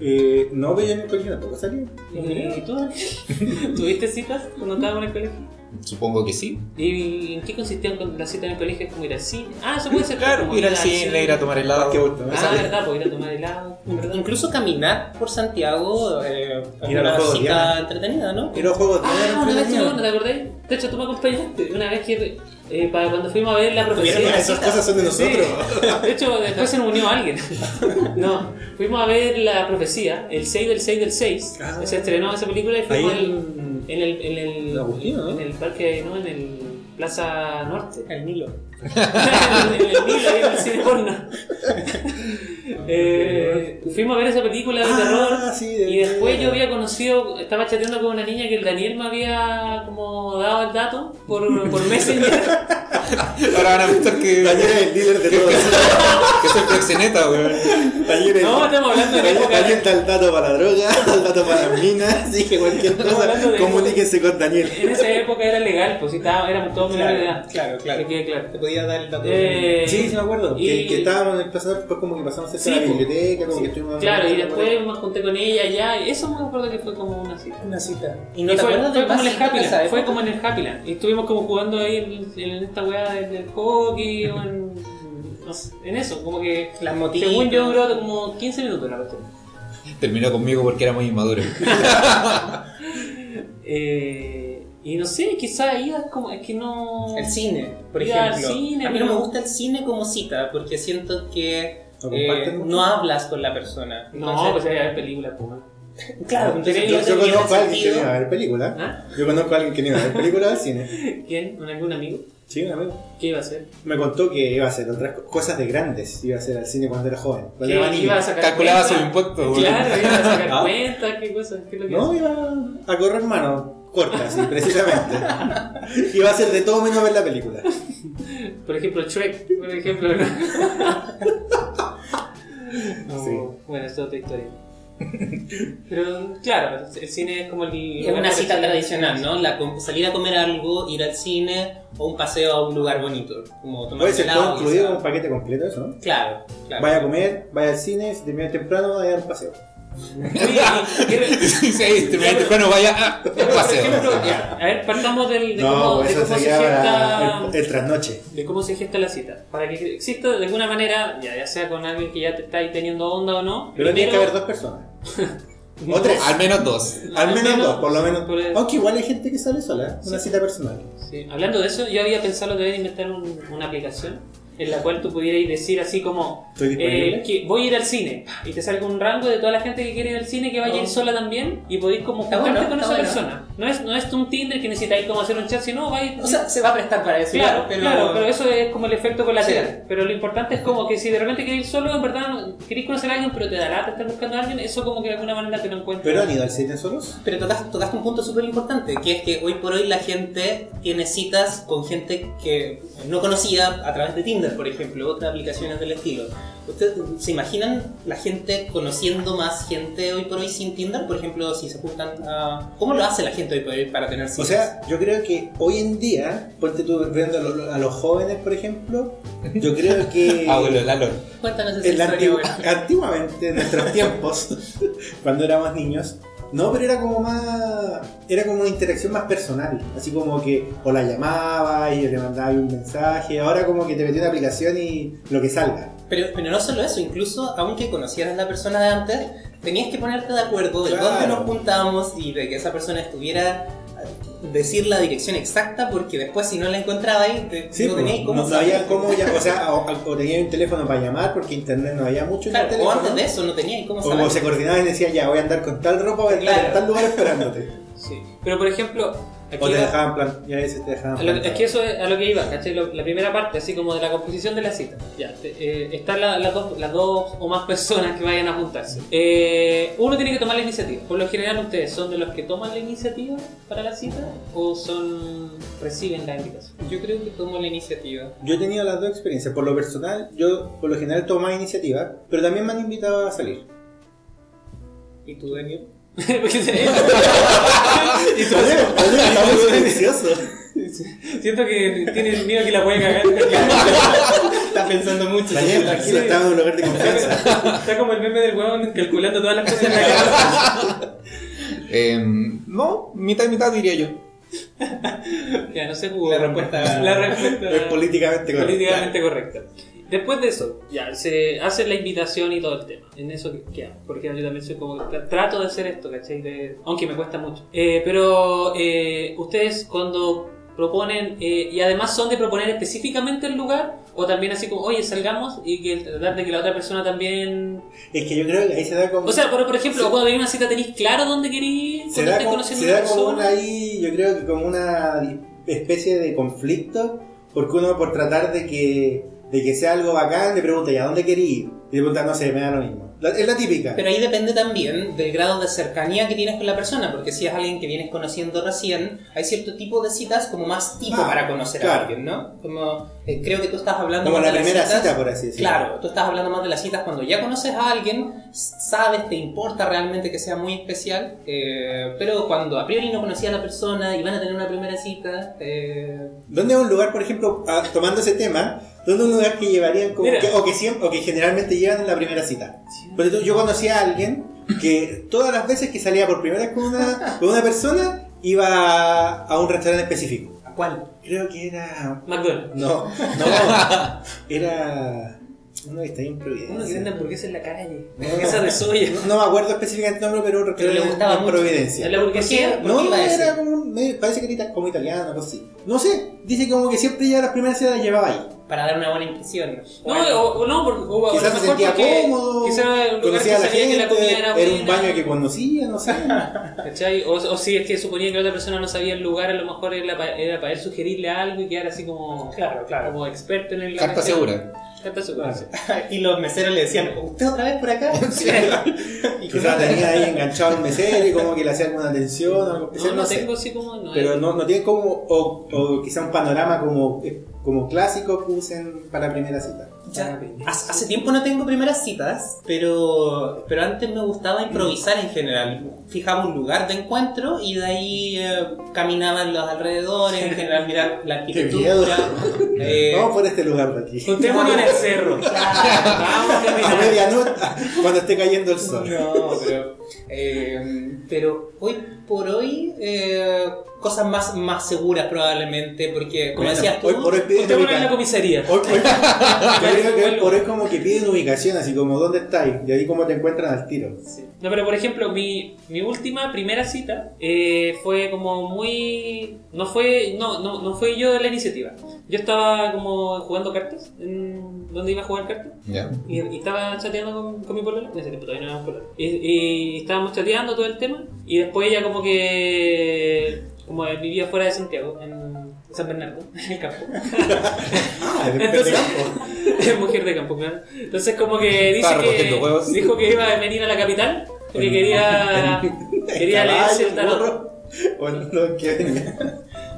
Speaker 1: Eh, no, pero yo en el colegio tampoco salí.
Speaker 2: ¿Y tú? Daniel? ¿Tuviste citas cuando estabas en el colegio?
Speaker 3: Supongo que sí.
Speaker 2: ¿Y en qué consistían con- las citas en el colegio? ¿Es como ir al cine? Ah, eso puede ser como
Speaker 3: ir al cine, ir a tomar helado.
Speaker 1: Qué gusto, ¿no?
Speaker 2: Ah, verdad, pues ir a tomar helado. ¿verdad?
Speaker 4: Incluso caminar por Santiago eh, fue
Speaker 1: Ir a los
Speaker 4: una
Speaker 1: Juegos
Speaker 4: cita
Speaker 1: Diana.
Speaker 4: entretenida, ¿no?
Speaker 1: Y los juegos de
Speaker 2: Ah,
Speaker 1: era
Speaker 2: una vez
Speaker 1: entretenido.
Speaker 2: tuvimos, ¿te acordás? De hecho, tú me acompañaste una vez que eh, para cuando fuimos a ver la
Speaker 1: Vieron que
Speaker 2: profecía.
Speaker 1: Esas cosas son de nosotros.
Speaker 2: De hecho, después se nos unió alguien. No, fuimos a ver la profecía, el 6 del 6 del 6.
Speaker 1: Ah.
Speaker 2: Se estrenó esa película y fuimos
Speaker 1: Ahí
Speaker 2: en, en el, en el,
Speaker 1: en Agustino, ¿no?
Speaker 2: en el parque, no, en el Plaza Norte.
Speaker 4: El Nilo.
Speaker 2: en el Nilo, ahí en el cine porno. Eh, fuimos a ver esa película de terror.
Speaker 1: Ah, sí, de-
Speaker 2: Y después yo había conocido, estaba chateando con una niña que el Daniel me había como dado el dato por, por Messenger.
Speaker 3: Ahora van a pensar que,
Speaker 1: Daniel
Speaker 3: que
Speaker 1: es el líder de todos.
Speaker 3: soy proxeneta, weón.
Speaker 1: Daniel es-
Speaker 2: No, estamos hablando de la
Speaker 1: Daniel,
Speaker 2: época-
Speaker 1: Daniel está al dato para la droga, al dato para las minas, así que cualquier
Speaker 2: Estamos
Speaker 1: cosa,
Speaker 2: hablando de-
Speaker 1: comuníquense con Daniel.
Speaker 2: En esa época era legal, pues sí, estaba- éramos todos menores de edad.
Speaker 4: claro,
Speaker 2: Que quede claro.
Speaker 4: Te podía dar el dato.
Speaker 2: Eh,
Speaker 1: Sí, sí me acuerdo.
Speaker 2: y-
Speaker 1: Que, que estábamos en el pasado, después como que pasamos cerca
Speaker 2: Sí,
Speaker 1: de la
Speaker 2: po.
Speaker 1: biblioteca, como que estuvimos...
Speaker 2: Claro, y después me junté con ella ya, y eso me acuerdo que fue como una cita.
Speaker 4: Una cita. ¿Y
Speaker 2: Y
Speaker 4: no te
Speaker 2: fue,
Speaker 4: acuerdas
Speaker 2: fue
Speaker 4: de
Speaker 2: como
Speaker 4: más
Speaker 2: en ¿eh? el
Speaker 4: citas de esa
Speaker 2: Happyland, fue
Speaker 4: época?
Speaker 2: como en el Happyland. Y estuvimos como jugando ahí en, en esta weá del, del hockey o en, no sé, en eso, como que
Speaker 4: Las motitas.
Speaker 2: según yo duró como 15 minutos la cuestión.
Speaker 3: Terminó conmigo porque era muy inmaduro.
Speaker 2: Eh, y no sé, quizás ibas como. Es que no.
Speaker 4: El cine, por
Speaker 2: Ya, el
Speaker 4: ejemplo.
Speaker 2: cine,
Speaker 4: a mí no me
Speaker 2: pero-
Speaker 4: gusta el cine como cita, porque siento que
Speaker 1: ¿No
Speaker 4: eh,
Speaker 1: comparten mucho?
Speaker 4: no hablas con la persona.
Speaker 2: No, pues
Speaker 4: Entonces-
Speaker 2: había películas, pues. bueno.
Speaker 4: claro, entonces
Speaker 1: Yo,
Speaker 4: no
Speaker 1: yo
Speaker 4: tenía
Speaker 1: conozco a alguien que
Speaker 4: sentido.
Speaker 1: no iba a ver películas.
Speaker 2: ¿Ah?
Speaker 1: Yo conozco a alguien que no iba a ver películas al cine.
Speaker 2: ¿Quién? ¿Un- ¿Algún amigo?
Speaker 1: Sí, un amigo.
Speaker 2: ¿Qué iba a hacer?
Speaker 1: Me contó que iba a hacer otras co- cosas de grandes. Iba a hacer al cine cuando era joven. Cuando era
Speaker 2: ¿Qué
Speaker 1: niño.
Speaker 2: iba a sacar
Speaker 3: Calculaba su
Speaker 2: cuenta?
Speaker 3: impuesto, weón.
Speaker 2: Claro, iba a sacar
Speaker 1: Ah.
Speaker 2: cuentas, qué cosas, qué es lo que
Speaker 1: No,
Speaker 2: hace.
Speaker 1: iba a correr mano corta, sí, precisamente. Iba a hacer de todo menos ver la película.
Speaker 2: Por ejemplo, Shrek, por ejemplo. No,
Speaker 1: Sí.
Speaker 2: Bueno, es otra historia. Pero claro, el cine es como el.
Speaker 4: Es una cita tradicional, ¿no? La com- salir a comer algo, ir al cine o un paseo a un lugar bonito. Como tomar
Speaker 1: Puede
Speaker 4: un
Speaker 1: ser
Speaker 4: helado.
Speaker 1: todo incluido
Speaker 4: quizá.
Speaker 1: un paquete completo, eso, ¿no?
Speaker 4: Claro, claro.
Speaker 1: Vaya a comer, vaya al cine, si termina temprano, vaya a dar un paseo.
Speaker 2: Oye, y- y-
Speaker 3: sí, este terminé temprano, vaya a un
Speaker 2: Por ejemplo,
Speaker 3: paseo. Ah,
Speaker 2: ya, a ver, partamos del, de cómo, de cómo se
Speaker 1: para
Speaker 2: gesta.
Speaker 1: pues, el, el trasnoche.
Speaker 2: de cómo se gesta la cita. Para que exista de alguna manera, ya, ya sea con alguien que ya te está ahí teniendo onda o no.
Speaker 1: Pero tiene que haber dos personas. O
Speaker 2: eh,
Speaker 1: tres.
Speaker 3: Al menos dos.
Speaker 1: Al menos,
Speaker 2: al menos,
Speaker 1: dos, por lo menos.
Speaker 2: por el-
Speaker 1: Aunque igual hay gente que sale sola, una cita personal.
Speaker 2: Sí, Hablando de eso, yo había pensado de inventar un- una aplicación en la cual tú pudieras decir así como
Speaker 1: ¿Estoy disponible?
Speaker 2: eh, que voy a ir al cine y te salga un rango de toda la gente que quiere ir al cine que vaya a ir
Speaker 4: Oh.
Speaker 2: sola también y podéis como
Speaker 4: Está
Speaker 2: juntarte
Speaker 4: bueno,
Speaker 2: con esa
Speaker 4: está
Speaker 2: persona. No es, no es un Tinder que necesitáis como hacer un chat, sino vais
Speaker 4: O sea, se va a prestar para eso.
Speaker 2: Claro,
Speaker 4: igual,
Speaker 2: pero... claro, pero eso es como el efecto colateral.
Speaker 4: Sí.
Speaker 2: Pero lo importante es como que si de repente querés ir solo, en verdad no- querés conocer a alguien, pero te da lata estar buscando a alguien, eso como que de alguna manera te lo encuentras.
Speaker 1: ¿Pero han ido al cine solos?
Speaker 4: Pero tocas- tocaste un punto súper importante, que es que hoy por hoy la gente tiene citas con gente que no conocía a través de Tinder, por ejemplo, otras aplicaciones del estilo. ¿Ustedes se imaginan la gente conociendo más gente hoy por hoy sin Tinder? Por ejemplo, si se juntan a... ¿Cómo lo hace la gente hoy por hoy para tener
Speaker 1: O
Speaker 4: citas?
Speaker 1: sea, yo creo que hoy en día, ponte tú viendo a los, a los jóvenes, por ejemplo, yo creo que...
Speaker 2: Ah,
Speaker 3: Abuelo, Lalo.
Speaker 4: cuéntanos esa
Speaker 1: En la
Speaker 4: historia.
Speaker 1: antigua- antiguamente, en nuestros tiempos, cuando éramos niños, no, pero era como más. Era como una interacción más personal. Así como que o la llamaba y le mandaba un mensaje. Ahora como que te metí una aplicación y lo que salga.
Speaker 4: Pero, pero no solo eso, incluso aunque conocieras a la persona de antes, tenías que ponerte de acuerdo de
Speaker 1: Claro.
Speaker 4: dónde nos juntamos y de que esa persona estuviera decir la dirección exacta porque después si no la encontrabais, te-
Speaker 1: Sí,
Speaker 4: no
Speaker 1: pues,
Speaker 4: teníais cómo
Speaker 1: no, no
Speaker 4: saber.
Speaker 1: había cómo llam- o sea, o, o tenía un teléfono para llamar porque internet no había mucho. en el
Speaker 4: Claro, o
Speaker 1: teléfono.
Speaker 4: antes de eso no teníais cómo
Speaker 1: O
Speaker 4: saber.
Speaker 1: se coordinaban y decían, ya, voy a andar con tal ropa, voy a estar en
Speaker 4: Claro.
Speaker 1: tal lugar esperándote.
Speaker 2: Sí. Pero por ejemplo, aquí
Speaker 1: O te
Speaker 2: va-
Speaker 1: dejaban plan, y a veces te dejaban
Speaker 2: a lo- es
Speaker 1: plantado.
Speaker 2: que eso es a lo que iba, ¿cachai? Lo- la primera parte, así como de la composición de la cita. Ya, te- eh, están la- las, dos, las dos o más personas que vayan a juntarse. Eh, uno tiene que tomar la iniciativa. Por lo general, ¿ustedes son de los que toman la iniciativa para la cita o son reciben la invitación?
Speaker 4: Yo creo que tomo la iniciativa.
Speaker 1: Yo he tenido las dos experiencias. Por lo personal, yo por lo general tomo más iniciativa, pero también me han invitado a salir.
Speaker 4: ¿Y tú, Daniel?
Speaker 2: Porque se-
Speaker 1: Oye, oye, estamos silenciosos.
Speaker 2: Siento que tienen miedo que la pueden cagar.
Speaker 4: Estás pensando mucho.
Speaker 1: Daniel, tranquilo, estamos en un lugar de confianza.
Speaker 2: Está como el meme del huevón calculando todas las cosas en la cabeza.
Speaker 3: Em, no, mitad y mitad diría yo.
Speaker 2: Ya, no sé jugó.
Speaker 4: pues, La respuesta-
Speaker 2: La respuesta.
Speaker 1: Es políticamente correcto.
Speaker 2: políticamente correcta. Después de eso, ya, se hace la invitación y todo el tema. En eso que, que hago. Porque yo también soy como. tra- Trato de hacer esto, ¿cachai? De- aunque me cuesta mucho. Eh, pero eh, ustedes cuando proponen. eh, y además son de proponer específicamente el lugar. O también así como, oye, salgamos. Y que tratar de que la otra persona también.
Speaker 1: Es que yo creo que ahí se da como.
Speaker 2: O sea, pero por ejemplo, cuando venís a una cita tenéis claro dónde queréis.
Speaker 1: se
Speaker 2: cuando
Speaker 1: da
Speaker 2: estáis
Speaker 1: como,
Speaker 2: conociendo
Speaker 1: se
Speaker 2: a
Speaker 1: da
Speaker 2: una
Speaker 1: como
Speaker 2: persona?
Speaker 1: una ahí, yo creo que como una especie de conflicto, porque uno por tratar de que, de que sea algo bacán, le pregunta, ¿y a dónde quería ir? Y le pregunta, no sé, me da lo mismo. La- es la típica.
Speaker 4: Pero ahí depende también del grado de cercanía que tienes con la persona, porque si es alguien que vienes conociendo recién, hay cierto tipo de citas como más tipo
Speaker 1: Ah,
Speaker 4: para conocer
Speaker 1: claro.
Speaker 4: a alguien, ¿no? Como eh, creo que tú estás hablando
Speaker 1: como
Speaker 4: más
Speaker 1: la
Speaker 4: de las
Speaker 1: primera
Speaker 4: citas-
Speaker 1: cita, por así decirlo.
Speaker 4: Claro, tú estás hablando más de las citas cuando ya conoces a alguien, sabes, te importa realmente que sea muy especial, eh, pero cuando a priori no conocías a la persona y van a tener una primera cita, eh,
Speaker 1: ¿Dónde es un lugar, por ejemplo, ah, tomando ese tema, dónde es un lugar que llevarían como
Speaker 2: Mira.
Speaker 1: que- o, que siempre, o que generalmente llevan en la primera cita? Porque tú- yo conocí a alguien que todas las veces que salía por primera vez con una, con una persona, iba a, a un restaurante específico.
Speaker 4: ¿a cuál?
Speaker 1: Creo que era...
Speaker 2: McDonald's.
Speaker 1: No, no, era... Uno que está ahí en Providencia.
Speaker 2: Uno que vende hamburguesa en la calle. Hamburguesa de soya.
Speaker 1: No, no me acuerdo específicamente el nombre, pero era un
Speaker 4: Pero le
Speaker 1: restaurante
Speaker 4: gustaba
Speaker 1: en
Speaker 4: mucho.
Speaker 1: Providencia.
Speaker 2: Es la hamburguesa.
Speaker 4: Eh, ¿Por qué?
Speaker 1: No,
Speaker 4: iba a decir?
Speaker 1: era como un- medio- parece que era como italiano, algo así. No sé, dice como que siempre ya las primeras citas las llevaba ahí.
Speaker 4: Para dar una buena impresión.
Speaker 2: No, o, o no, porque, o a lo
Speaker 1: Quizás se
Speaker 2: mejor
Speaker 1: sentía
Speaker 2: porque
Speaker 1: cómodo,
Speaker 2: quizás era un lugar
Speaker 1: conocía a
Speaker 2: que
Speaker 1: la
Speaker 2: sabía
Speaker 1: gente,
Speaker 2: que la comida era
Speaker 1: era,
Speaker 2: buena.
Speaker 1: un baño que conocía, no sé.
Speaker 2: ¿cachai? O, o si es que suponía que la otra persona no sabía el lugar, a lo mejor era para, era para él sugerirle algo y quedar así como,
Speaker 4: Claro, claro.
Speaker 2: como experto en el
Speaker 3: Carta
Speaker 2: cuestión.
Speaker 3: segura.
Speaker 2: Carta segura. sí.
Speaker 4: y los meseros le decían, ¿usted otra vez por acá? y que
Speaker 1: Quizás la tenía ahí enganchado al mesero y como que le hacía alguna atención o algo
Speaker 2: No,
Speaker 1: especial,
Speaker 2: no,
Speaker 1: no, sé.
Speaker 2: tengo así como. No,
Speaker 1: Pero
Speaker 2: eh,
Speaker 1: no, no tiene como, o, o quizá un panorama como, eh, como clásico que usen para primera cita. Ah,
Speaker 4: Ya, hace hace tiempo no tengo primeras citas, pero, pero antes me gustaba improvisar en general. Fijaba un lugar de encuentro y de ahí eh, caminaba en los alrededores, en general mirar la
Speaker 1: Qué miedo.
Speaker 4: arquitectura. eh,
Speaker 1: Vamos por este lugar de aquí.
Speaker 2: Juntémonos en el cerro. Vamos a
Speaker 1: A
Speaker 2: caminar.
Speaker 1: medianoche, cuando esté cayendo el sol.
Speaker 4: No, pero, eh, pero hoy por hoy eh, cosas más, más seguras probablemente, porque como
Speaker 1: Bueno,
Speaker 4: decías tú,
Speaker 1: hoy por hoy piden
Speaker 2: Juntémonos en la
Speaker 1: ubicar-
Speaker 2: comisaría.
Speaker 1: Hoy, hoy- yo creo que hoy por hoy como que piden ubicación, así como dónde estáis, y ahí como te encuentran al tiro.
Speaker 2: No, pero por ejemplo, mi, mi última primera cita eh, fue como muy... No fue no, no, no fue yo la iniciativa. Yo estaba como jugando cartas, en donde iba a jugar cartas.
Speaker 3: Ya.
Speaker 2: Y, y estaba chateando con, con mi polola, en ese tiempo todavía no éramos polola. Y, y estábamos chateando todo el tema. Y después ella como que... Como vivía fuera de Santiago, en San Bernardo, en el campo.
Speaker 1: Ah, de
Speaker 2: Entonces-
Speaker 1: campo.
Speaker 2: Mujer de campo, claro. Entonces como que dice
Speaker 3: Estaba
Speaker 2: que
Speaker 3: recogiendo huevos.
Speaker 2: dijo que iba a venir a la capital porque quería quería
Speaker 1: Caballo,
Speaker 2: leerse el tarot.
Speaker 1: burro. Bueno, no, que venía.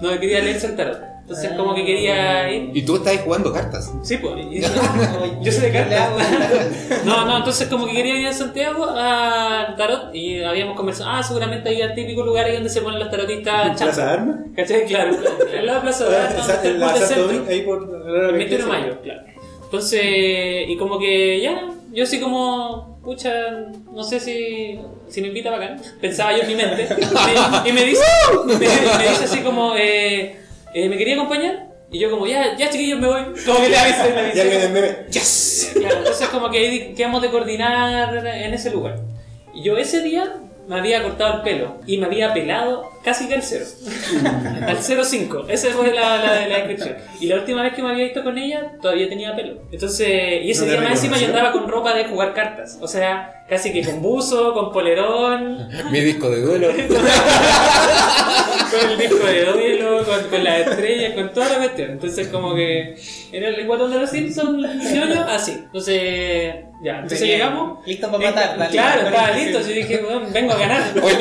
Speaker 2: No, quería leerse el tarot. Entonces
Speaker 4: Ah.
Speaker 2: como que quería ir.
Speaker 3: Y tú estás jugando cartas.
Speaker 2: Sí, pues. y- Yo sé de cartas. No, no, entonces como que quería ir a Santiago al tarot y habíamos conversado, ah, seguramente ahí al típico lugar ahí donde se ponen los tarotistas
Speaker 1: ¿Plaza
Speaker 2: chanta.
Speaker 1: de armas?
Speaker 2: ¿Cachai? Claro. En la plaza de Armas, donde está el
Speaker 1: En la
Speaker 2: Club de
Speaker 1: Santo
Speaker 2: Centro.
Speaker 1: Domingo, ahí por
Speaker 2: El 21 de mayo, claro. Entonces, y como que ya, yo así como, pucha, no sé si, si me invita bacán, pensaba yo en mi mente, Me- y me dice, me, me dice así como, eh, eh, ¿me quería acompañar? Y yo como, ya, ya chiquillos, me voy, como que le avisé, le avisé.
Speaker 1: Ya viene el meme.
Speaker 2: Claro, entonces como que ahí quedamos de coordinar en ese lugar. Y yo ese día me había cortado el pelo y me había pelado casi que al cero. al 0,5. Esa fue la, la de la descripción. Y la última vez que me había visto con ella, todavía tenía pelo. Entonces, y ese
Speaker 1: No te
Speaker 2: día más encima yo
Speaker 1: reconoció.
Speaker 2: andaba con ropa de jugar cartas. O sea, casi que con buzo, con polerón,
Speaker 3: Mi disco de duelo.
Speaker 2: con el disco de duelo, con, con las estrellas, con toda la cuestión. Entonces, como que era el guatón de los Simpsons, ñoño, así. Entonces, ya, entonces
Speaker 4: Venía
Speaker 2: llegamos.
Speaker 4: Listo para matar. dale.
Speaker 2: Eh, claro, estaba listo. Yo dije, "Bueno, vengo a ganar.
Speaker 3: Hoy,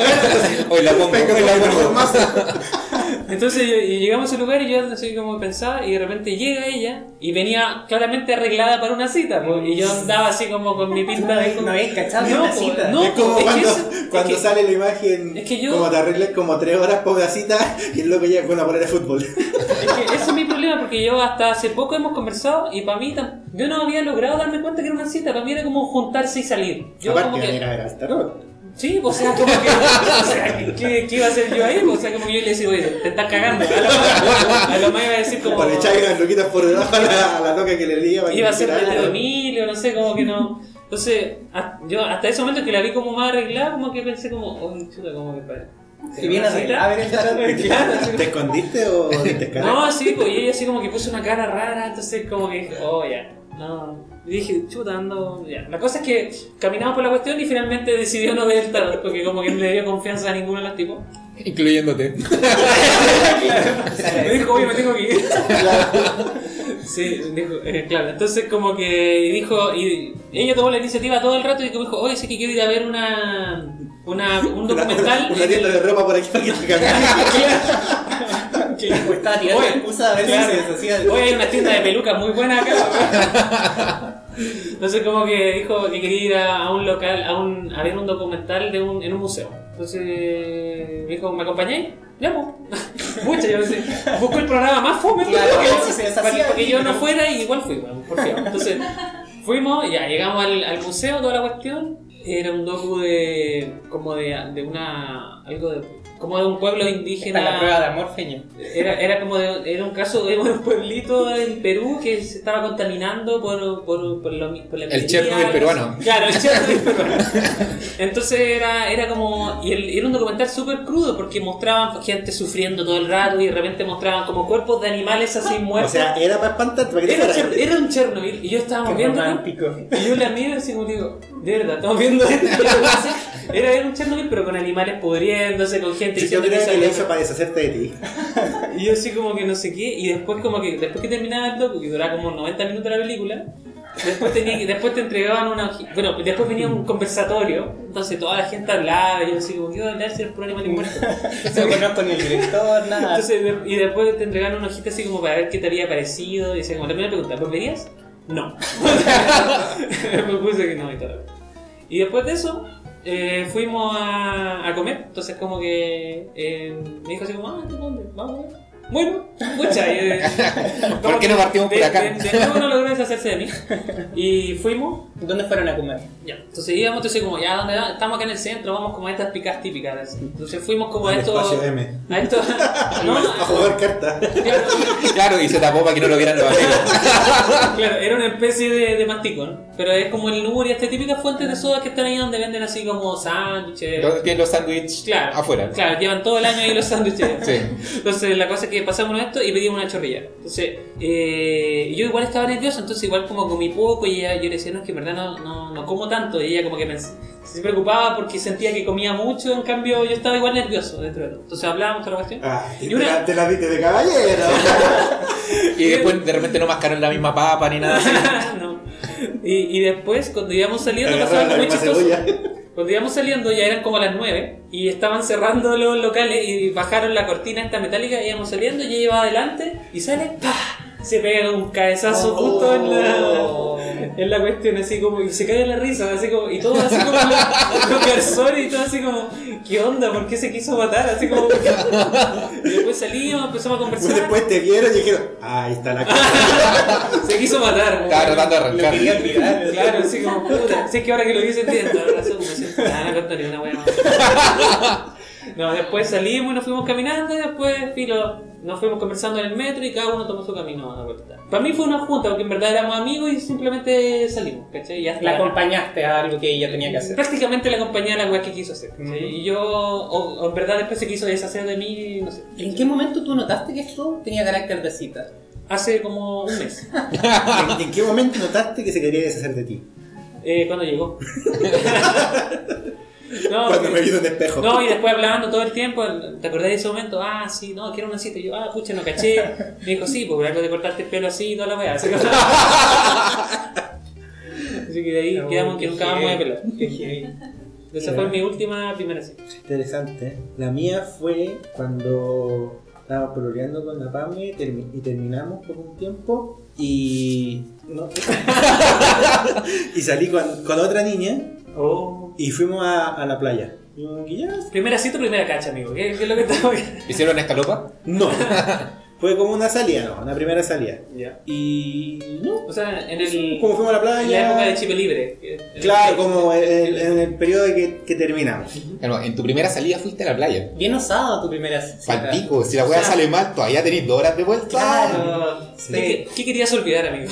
Speaker 3: hoy la pongo, hoy la pongo.
Speaker 2: Entonces y llegamos a ese lugar y yo así como pensaba y de repente llega ella y venía claramente arreglada para una cita po, y yo andaba así como con mi pinta de...
Speaker 4: No es cachado
Speaker 2: No,
Speaker 4: una
Speaker 2: po,
Speaker 4: cita.
Speaker 2: no.
Speaker 1: es como
Speaker 2: es que
Speaker 1: cuando,
Speaker 2: eso- es
Speaker 1: cuando
Speaker 2: que-
Speaker 1: sale la imagen,
Speaker 2: es que yo-
Speaker 1: como te arreglas como tres horas por la cita y el loco llega con una bolera de fútbol.
Speaker 2: Es que ese es mi problema porque yo hasta hace poco hemos conversado y para mí tam- yo no había logrado darme cuenta que era una cita, para mí era como juntarse y salir. Yo
Speaker 1: Aparte,
Speaker 2: como que-
Speaker 1: era, era el tarot.
Speaker 2: Sí, o sea, como que. O sea, ¿qué, qué iba a hacer yo ahí? O sea, como que yo le decía, oye, te estás cagando. A lo más, a lo más iba a decir como.
Speaker 1: Como le echáis unas luquitas por debajo a la, a la loca que le liga. para que
Speaker 2: Iba a ser
Speaker 1: hiciera
Speaker 2: de
Speaker 1: algo.
Speaker 2: Emilio, no sé, como que no. Entonces, a- yo hasta ese momento que la vi como más arreglada, como que pensé como, oh, chuta, como que para.
Speaker 4: Si bien arreglada, a ver el
Speaker 2: Claro, sí.
Speaker 1: ¿Te escondiste o te escalaste?
Speaker 2: No, sí, pues, y ella así como que puso una cara rara, entonces como que dije, oh, ya, no. Y dije, chuta, ando, ya. La cosa es que caminamos por la cuestión y finalmente decidió no ver el tarot, porque como que no le dio confianza a ninguno de los tipos.
Speaker 3: Incluyéndote.
Speaker 2: Me dijo, oye, me tengo que ir. Sí, dijo, eh, claro. Entonces, como que dijo, y ella tomó la iniciativa todo el rato y como dijo, oye, sé que quiero ir a ver una, una, un
Speaker 1: Una-
Speaker 2: documental.
Speaker 1: Una tienda de ropa por aquí para que te cagaste.
Speaker 4: Pues estaba tirando
Speaker 2: Oye,
Speaker 4: excusa a ver
Speaker 2: claro.
Speaker 4: si se deshacía del-
Speaker 2: Hoy hay una tienda de pelucas muy buena acá. Entonces como que dijo que quería ir a, a un local, a, un, a ver un documental de un, en un museo. Entonces me dijo, ¿me acompañáis? Ya, pues. Mucha, yo pensé, busco el programa más fome
Speaker 4: Claro,
Speaker 2: porque
Speaker 4: a ver
Speaker 2: yo-
Speaker 4: si se deshacía
Speaker 2: para, que-
Speaker 4: de
Speaker 2: para que
Speaker 4: mí,
Speaker 2: yo no
Speaker 4: ¿no?
Speaker 2: fuera y igual fui, weón, por fiado. Entonces fuimos, ya llegamos al, al museo, toda la cuestión. Era un docu de como de, de una algo de como de un pueblo indígena.
Speaker 4: Está la prueba de amor, feña.
Speaker 2: Era, era como de- era un caso de un pueblito en Perú que se estaba contaminando por, por, por, lo, por la minería.
Speaker 3: Chernobyl peruano.
Speaker 2: Claro, el Chernobyl peruano. Entonces era, era como. Y el- era un documental súper crudo porque mostraban gente sufriendo todo el rato y de repente mostraban como cuerpos de animales así
Speaker 1: O
Speaker 2: muertos.
Speaker 1: sea, era para espantarte, para que te
Speaker 2: era, un
Speaker 1: fueras.
Speaker 2: Cher- era un Chernobyl y yo estaba viendo. Y yo la miro así como digo, de verdad, estamos viendo esto. Era ver un Chernobyl pero con animales pudriéndose, con gente
Speaker 1: Sí, yo
Speaker 2: diciendo que
Speaker 1: creo que lo
Speaker 2: sabía-
Speaker 1: hizo para deshacerte de ti.
Speaker 2: y yo así como que no sé qué, y después como que, después que terminaba el docu, que duraba como 90 minutos la película, después tenía que- después te entregaban una hoji- bueno, después venía un conversatorio, entonces toda la gente hablaba, y yo así como, ¿qué voy a hablar si el problema ni muerto?
Speaker 4: No conozco ni el director, nada.
Speaker 2: Entonces, de- y después te entregaban una hojita así como para ver qué te había parecido, y decía como, la primera pregunta, ¿volverías? No. Me puse que no y todo. Y después de eso, eh, fuimos a, a comer, entonces como que eh, me dijo así como, ah, ¿tú dónde? Vamos a comer. Bueno, mucha. eh,
Speaker 3: ¿Por qué no partimos por
Speaker 2: de-
Speaker 3: acá?
Speaker 2: De, de nuevo no logró deshacerse de mí. Y fuimos,
Speaker 4: ¿Dónde fueron a comer?
Speaker 2: ya. Entonces íbamos, entonces como, ya, ¿dónde vamos? Estamos acá en el centro, vamos como a estas picas típicas. Entonces fuimos como a
Speaker 1: Al
Speaker 2: estos...
Speaker 1: espacio M.
Speaker 2: A estos... no,
Speaker 1: A jugar cartas.
Speaker 2: claro,
Speaker 3: Claro, y se tapó para que no lo vieran los amigos.
Speaker 2: claro, era una especie de, de masticón. Pero es como el Nuri, estas típicas fuentes de soda que están ahí donde venden así como sándwiches.
Speaker 3: Los- Tienen los sándwiches
Speaker 2: Claro.
Speaker 3: afuera.
Speaker 2: Claro, llevan todo el año ahí los sándwiches.
Speaker 3: Sí.
Speaker 2: Entonces la cosa es que pasamos esto y pedimos una chorrilla. Entonces, eh, yo igual estaba nervioso, entonces igual como comí poco y ella, yo le decía, no, es que en verdad no, no, no como tanto. Y ella como que me, se preocupaba porque sentía que comía mucho, en cambio yo estaba igual nervioso dentro de todo. Entonces hablábamos toda la cuestión.
Speaker 1: Ah, y
Speaker 2: Y
Speaker 1: te
Speaker 2: una-
Speaker 1: la- te la viste de caballero.
Speaker 3: Y después de repente no mascaron la misma papa ni nada así.
Speaker 2: No. Y, y después, cuando íbamos saliendo, pasaba
Speaker 1: Agarraron la
Speaker 2: algo muy
Speaker 1: misma
Speaker 2: chistoso.
Speaker 1: cebolla.
Speaker 2: Cuando íbamos saliendo ya eran como las 9 y estaban cerrando los locales y bajaron la cortina esta metálica y íbamos saliendo y ella iba adelante y sale, ¡pa! Se pega un
Speaker 1: Oh.
Speaker 2: cabezazo justo en la, en la cuestión, así como, y se cae la risa, así como, y todo así como los, los garzones y todo así como, ¿qué onda? ¿Por qué se quiso matar? Así como, y después salimos, empezamos a conversar,
Speaker 1: Después te vieron y dijeron, ah, ahí está la cara.
Speaker 2: se quiso matar.
Speaker 3: Estaba tratando de
Speaker 4: Lo quería
Speaker 3: arrancar.
Speaker 4: olvidar.
Speaker 2: Claro, así como, puta, sé que ahora que lo hice tiene toda la razón, no siento nada, no contaría una wea más. No, después salimos y nos fuimos caminando y después, filo, nos fuimos conversando en el metro y cada uno tomó su camino a la vuelta. Para mí fue una junta, porque en verdad éramos amigos y simplemente salimos, ¿cachai? Y hasta
Speaker 4: La acompañaste a algo que ella tenía que hacer.
Speaker 2: Prácticamente la compañía la weá que quiso hacer. ¿cachai?
Speaker 4: Ujú.
Speaker 2: Y yo, o, o en verdad después se quiso deshacer de mí, no sé.
Speaker 4: ¿En qué momento tú notaste que esto tenía carácter de cita?
Speaker 2: Hace como un mes,
Speaker 1: ¿En, en qué momento notaste que se quería deshacer de ti?
Speaker 2: eh, cuando llegó. No,
Speaker 1: Cuando
Speaker 2: porque-
Speaker 1: me vi en un espejo.
Speaker 2: No, y después hablando todo el tiempo, ¿te acordás de ese momento? Ah, sí, no, quiero una cita. Y yo, ah, pucha, no caché. Me dijo, sí, porque algo de cortarte el pelo así y toda la weá. Así que, Así que de ahí quedamos que nunca vamos a pelo.
Speaker 4: Qué heavy.
Speaker 2: Esa fue mi última primera cita.
Speaker 1: Interesante. La mía fue cuando estaba pololeando con la PAME termi- y terminamos por un tiempo y. no. y salí con, con otra niña
Speaker 2: Oh.
Speaker 1: y fuimos a, a la playa. Y como que ya,
Speaker 2: Primera cita, primera cacha, amigo. ¿Qué, qué es lo que estamos viendo?
Speaker 3: ¿Hicieron escalopa?
Speaker 1: No. Fue como una salida, no, una primera salida.
Speaker 2: Ya.
Speaker 1: Y. No.
Speaker 2: O sea, en, el,
Speaker 1: Como fuimos a la
Speaker 2: en la época de
Speaker 1: playa.
Speaker 2: Chile Libre. que-
Speaker 1: Claro, como en el, en el periodo de que, que terminamos.
Speaker 3: Claro, en tu primera salida fuiste a la playa.
Speaker 4: Bien osada tu primera cita.
Speaker 3: Palpico, si la weá
Speaker 2: O sea-
Speaker 3: sale mal, todavía tenéis dos horas de vuelta.
Speaker 4: Claro.
Speaker 2: ¿De ¿Qué, qué querías olvidar, amigo?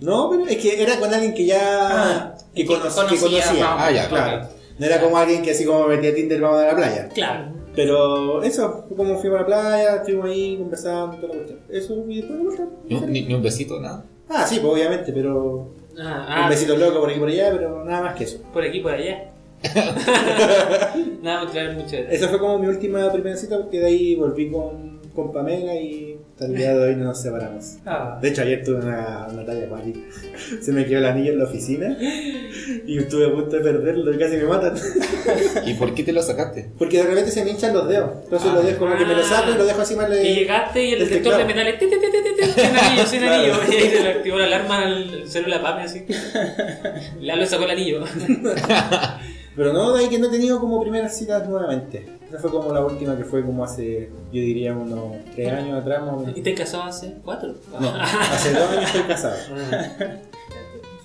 Speaker 1: No, pero es que era con alguien que ya.
Speaker 4: Ah,
Speaker 1: que,
Speaker 4: que
Speaker 1: cono- que
Speaker 4: conocía,
Speaker 1: conocía.
Speaker 4: vamos,
Speaker 3: Ah, ya,
Speaker 1: Claro. No era como alguien que así como metía Tinder, vamos a la playa.
Speaker 4: Claro.
Speaker 1: Pero eso, fue como fuimos a la playa, estuvimos ahí conversando, toda la cuestión. Eso, y después de vuelta.
Speaker 3: Ni, un- ni- ni un besito, nada.
Speaker 1: Ah, sí, pues obviamente, pero.
Speaker 2: Ah,
Speaker 1: Un
Speaker 2: ah,
Speaker 1: besito loco por aquí por allá, pero nada más que eso.
Speaker 2: por aquí, por allá. Nada, claro, mucho de
Speaker 1: Esa fue como mi última primera cita, porque de ahí volví con, con Pamela y hasta el día de hoy no nos separamos.
Speaker 4: Ah.
Speaker 1: De hecho, ayer tuve una, una talla acuática. Se me quedó el anillo en la oficina y estuve a punto de perderlo y casi me matan.
Speaker 3: ¿Y por qué te lo sacaste?
Speaker 1: Porque de repente se me hinchan los dedos. Entonces
Speaker 3: Ah.
Speaker 1: lo dejo, como que me lo saco y lo dejo así más
Speaker 2: Y
Speaker 1: de...
Speaker 2: llegaste y el
Speaker 1: el
Speaker 2: detector de
Speaker 1: teclado.
Speaker 2: metales, ti, ti, ti, ti, ti, sin anillo, sin
Speaker 1: Claro.
Speaker 2: anillo. Y ahí se le activó la alarma al celular papi así. Lalo sacó el anillo.
Speaker 1: Pero no, de ahí que no he tenido como primeras citas nuevamente. Esa fue como la última que fue como hace, yo diría, unos tres años atrás más o menos.
Speaker 2: ¿Y te casó hace cuatro?
Speaker 1: No, hace dos años estoy casado.
Speaker 2: Ah.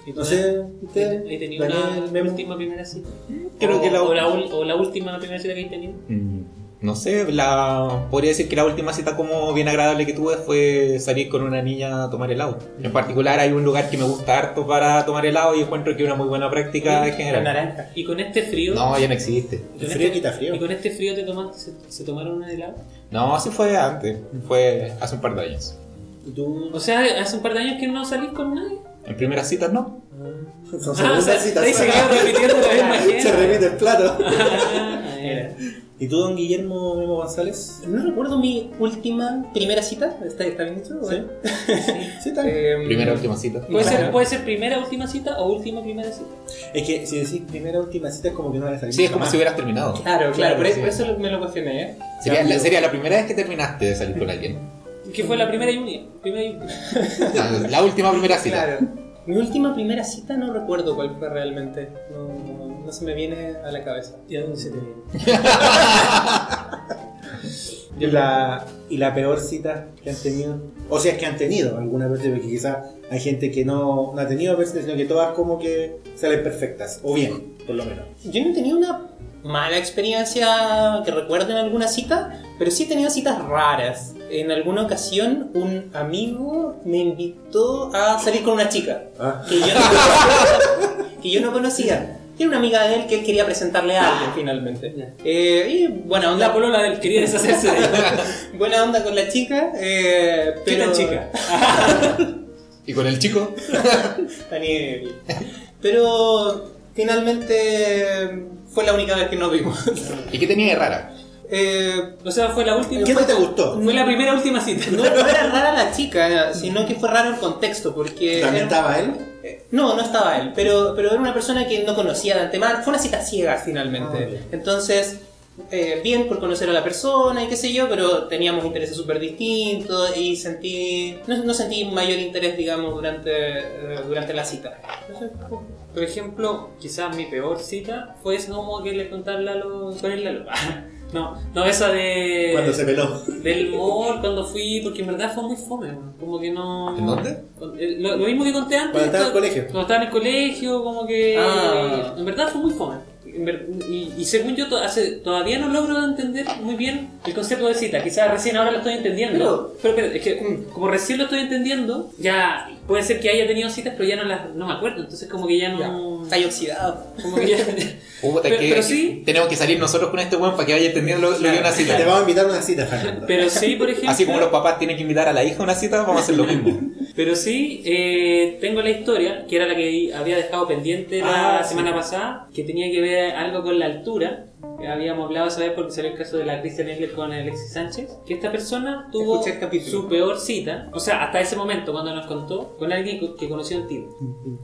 Speaker 2: Y tú,
Speaker 1: No sé,
Speaker 2: ¿Has
Speaker 1: ¿ustedes?
Speaker 2: has tenido
Speaker 1: Daniel,
Speaker 2: una
Speaker 1: Memo.
Speaker 2: última primera cita?
Speaker 3: Creo
Speaker 2: o,
Speaker 3: que la-
Speaker 2: o la, ul- o la última primera cita que has tenido.
Speaker 3: Mm, No sé, la podría decir que la última cita como bien agradable que tuve fue salir con una niña a tomar helado.
Speaker 2: Mm.
Speaker 3: En particular hay un lugar que me gusta harto para tomar helado y encuentro que es una muy buena práctica en
Speaker 4: Era
Speaker 3: general.
Speaker 4: naranja.
Speaker 2: Y con este frío.
Speaker 3: No, ya no existe.
Speaker 2: y con
Speaker 1: El
Speaker 2: este-
Speaker 1: frío quita frío.
Speaker 2: Y con este frío te tomaste, se, se tomaron un helado.
Speaker 3: No, así fue antes, fue hace un par de años.
Speaker 1: ¿Y tú?
Speaker 2: O sea, hace un par de años que no salís con nadie.
Speaker 3: En primeras citas no.
Speaker 1: Son
Speaker 2: Ah, o sea,
Speaker 1: segundas
Speaker 2: ahí
Speaker 1: citas.
Speaker 2: se quedó repitiendo la misma
Speaker 1: Se
Speaker 2: gente.
Speaker 1: repite el plato.
Speaker 2: Ah, era.
Speaker 1: ¿Y tú, don Guillermo Memo González?
Speaker 4: No recuerdo mi última primera cita. ¿Está, está bien dicho?
Speaker 1: Sí. Sí, está bien.
Speaker 4: Eh,
Speaker 3: Primera última cita.
Speaker 2: Puede
Speaker 4: Claro.
Speaker 2: ser, puede ser primera última cita o última primera cita.
Speaker 1: Es que si decís primera última cita es como que no la salís.
Speaker 3: Sí, es como
Speaker 1: jamás.
Speaker 3: si hubieras terminado.
Speaker 4: Claro, claro. Por,
Speaker 3: sí.
Speaker 4: por eso lo- me lo cuestioné, ¿eh?
Speaker 3: Sería la, sería la primera vez que terminaste de salir con alguien.
Speaker 2: Que fue la primera y única. Primera y única.
Speaker 3: La, la última primera cita.
Speaker 4: Claro. Mi última primera cita no recuerdo cuál fue realmente. No, no, no se me viene a la cabeza.
Speaker 2: ¿Y a dónde se te viene?
Speaker 1: ¿Y la, y la peor cita que han tenido? O sea, es que han tenido alguna vez, porque quizás hay gente que no, no ha tenido veces, sino que todas como que salen perfectas, o bien, por lo menos.
Speaker 4: Yo no he tenido una mala experiencia que recuerde en alguna cita, pero sí he tenido citas raras. En alguna ocasión, un amigo me invitó a salir con una chica
Speaker 1: Ah,
Speaker 4: que yo no, que yo no conocía. Era una amiga de él que él quería presentarle a alguien finalmente. Eh, y buena onda,
Speaker 2: La polola del quería deshacerse de ella.
Speaker 4: buena onda con la chica, eh,
Speaker 2: ¿Qué
Speaker 4: pero
Speaker 2: tan chica?
Speaker 3: ¿Y con el chico?
Speaker 4: Daniel. Pero finalmente fue la única vez que nos vimos.
Speaker 3: ¿Y qué tenía de rara?
Speaker 4: Eh,
Speaker 2: O sea, fue la última.
Speaker 1: ¿Qué no te gustó?
Speaker 2: Fue la primera última cita.
Speaker 4: no, no era rara la chica, sino que fue raro el contexto, porque...
Speaker 1: ¿También
Speaker 4: era-
Speaker 1: estaba él?
Speaker 4: Eh, No, no estaba él, pero, pero era una persona que no conocía de antemano. Fue una cita ciega
Speaker 1: Ah,
Speaker 4: finalmente.
Speaker 1: bien.
Speaker 4: Entonces, eh, bien por conocer a la persona y qué sé yo, pero teníamos intereses súper distintos y sentí. No, no sentí mayor interés, digamos, durante, eh, durante la cita.
Speaker 2: Por ejemplo, quizás mi peor cita fue esa como que le contarle a los. ¿Cuál es la loba? No, no, esa de.
Speaker 1: Cuando se peló.
Speaker 2: Del mall, cuando fui, porque en verdad fue muy fome, weón. como que no...
Speaker 3: ¿En dónde?
Speaker 2: Eh, Lo, lo mismo que conté antes.
Speaker 1: Cuando estaba en el
Speaker 2: esto-
Speaker 1: colegio.
Speaker 2: Cuando estaba en el colegio, como que...
Speaker 4: Ah.
Speaker 2: En verdad fue muy fome. En ver- Y, y según yo to- hace- todavía no logro entender muy bien el concepto de cita. Quizás recién ahora lo estoy entendiendo. Pero, pero es que mm, como recién lo estoy entendiendo, ya puede ser que haya tenido citas, pero ya no las no me acuerdo. Entonces como que ya no...
Speaker 4: Está ahí oxidado.
Speaker 2: Como que ya...
Speaker 3: Puta,
Speaker 2: Pero-
Speaker 3: que-
Speaker 2: pero sí.
Speaker 3: Tenemos que salir nosotros con este weón para que vaya entendiendo lo, lo que es una
Speaker 1: Te
Speaker 3: cita.
Speaker 1: vamos a invitar a una cita, Fernando.
Speaker 2: pero sí, por ejemplo...
Speaker 3: Así como los papás tienen que invitar a la hija a una cita, vamos a hacer lo mismo.
Speaker 2: Pero sí, eh, tengo la historia, que era la que había dejado pendiente la
Speaker 1: Ah, sí.
Speaker 2: semana pasada, que tenía que ver algo con la altura. que Habíamos hablado esa vez porque salió el caso de la Christian Engler con Alexis Sánchez, que esta persona tuvo
Speaker 4: Escuché el capítulo.
Speaker 2: su peor cita, o sea, hasta ese momento cuando nos contó, con alguien co- que conoció en Tinder.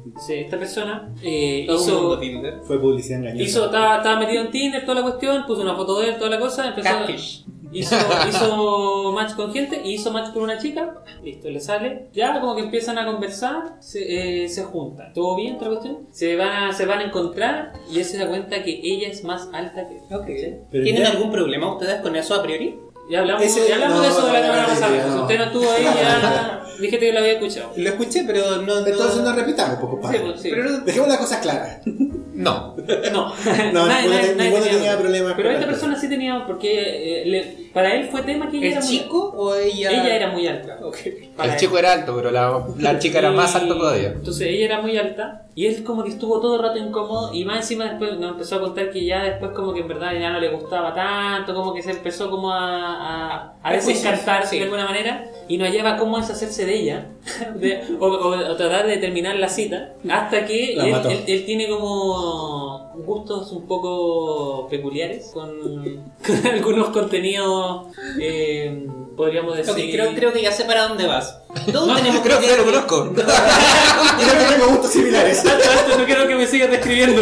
Speaker 2: Entonces, Esta persona eh,
Speaker 4: Todo el mundo
Speaker 2: hizo,
Speaker 4: Tinder.
Speaker 1: Fue publicidad engañosa.
Speaker 2: hizo estaba, estaba metido en Tinder, toda la cuestión, puso una foto de él, toda la cosa, empezó a-
Speaker 4: Catfish.
Speaker 2: Hizo, hizo match con gente y hizo match con una chica. Listo, le sale. Ya como que empiezan a conversar, se, eh, se juntan. ¿Todo bien? ¿Otra cuestión? Se van, a, se van a encontrar y él se da cuenta que ella es más alta que él. ¿Cachai?
Speaker 1: Pero
Speaker 4: ¿Tienen
Speaker 1: ya-
Speaker 4: algún problema ustedes con eso a priori?
Speaker 2: Ya hablamos,
Speaker 1: Ese-
Speaker 2: ya hablamos
Speaker 1: no,
Speaker 2: de eso de la
Speaker 1: no,
Speaker 2: semana
Speaker 1: no,
Speaker 2: pasada.
Speaker 1: no, no.
Speaker 2: Si usted no estuvo ahí, ya dijiste que lo había escuchado.
Speaker 4: Lo escuché, pero no. no-
Speaker 1: Entonces no repitamos, poco
Speaker 2: Sí, pues, sí.
Speaker 1: Pero dejemos las cosas claras.
Speaker 3: No.
Speaker 2: No,
Speaker 1: No, ninguno te- ninguno tenía problemas
Speaker 2: Pero
Speaker 1: con
Speaker 2: esta
Speaker 1: alta.
Speaker 2: persona sí tenía, porque eh, le- para él fue tema que ella era
Speaker 4: ¿Es
Speaker 2: muy
Speaker 4: chico o ella.?
Speaker 2: Ella era muy alta.
Speaker 4: Ok.
Speaker 2: Para
Speaker 3: El
Speaker 2: él.
Speaker 3: chico era alto, pero la, la chica era más
Speaker 2: Y-
Speaker 3: alta todavía.
Speaker 2: Entonces ella era muy alta y él como que estuvo todo el rato incómodo y más encima después nos empezó a contar que ya después como que en verdad ya no le gustaba tanto, como que se empezó como a, a, a
Speaker 4: Prejuicios,
Speaker 2: desencantarse
Speaker 4: sí.
Speaker 2: de alguna manera y no hallaba cómo deshacerse de ella de- o, o- o tratar de terminar la cita hasta que
Speaker 1: La
Speaker 2: él,
Speaker 1: mató.
Speaker 2: él- él tiene como gustos un poco peculiares con, con algunos contenidos eh, podríamos decir
Speaker 4: Ok, creo, creo que ya sé para dónde vas. Todos tenemos
Speaker 3: Creo que ya lo conozco.
Speaker 1: Creo que tengo gustos similares.
Speaker 2: no quiero que me sigas describiendo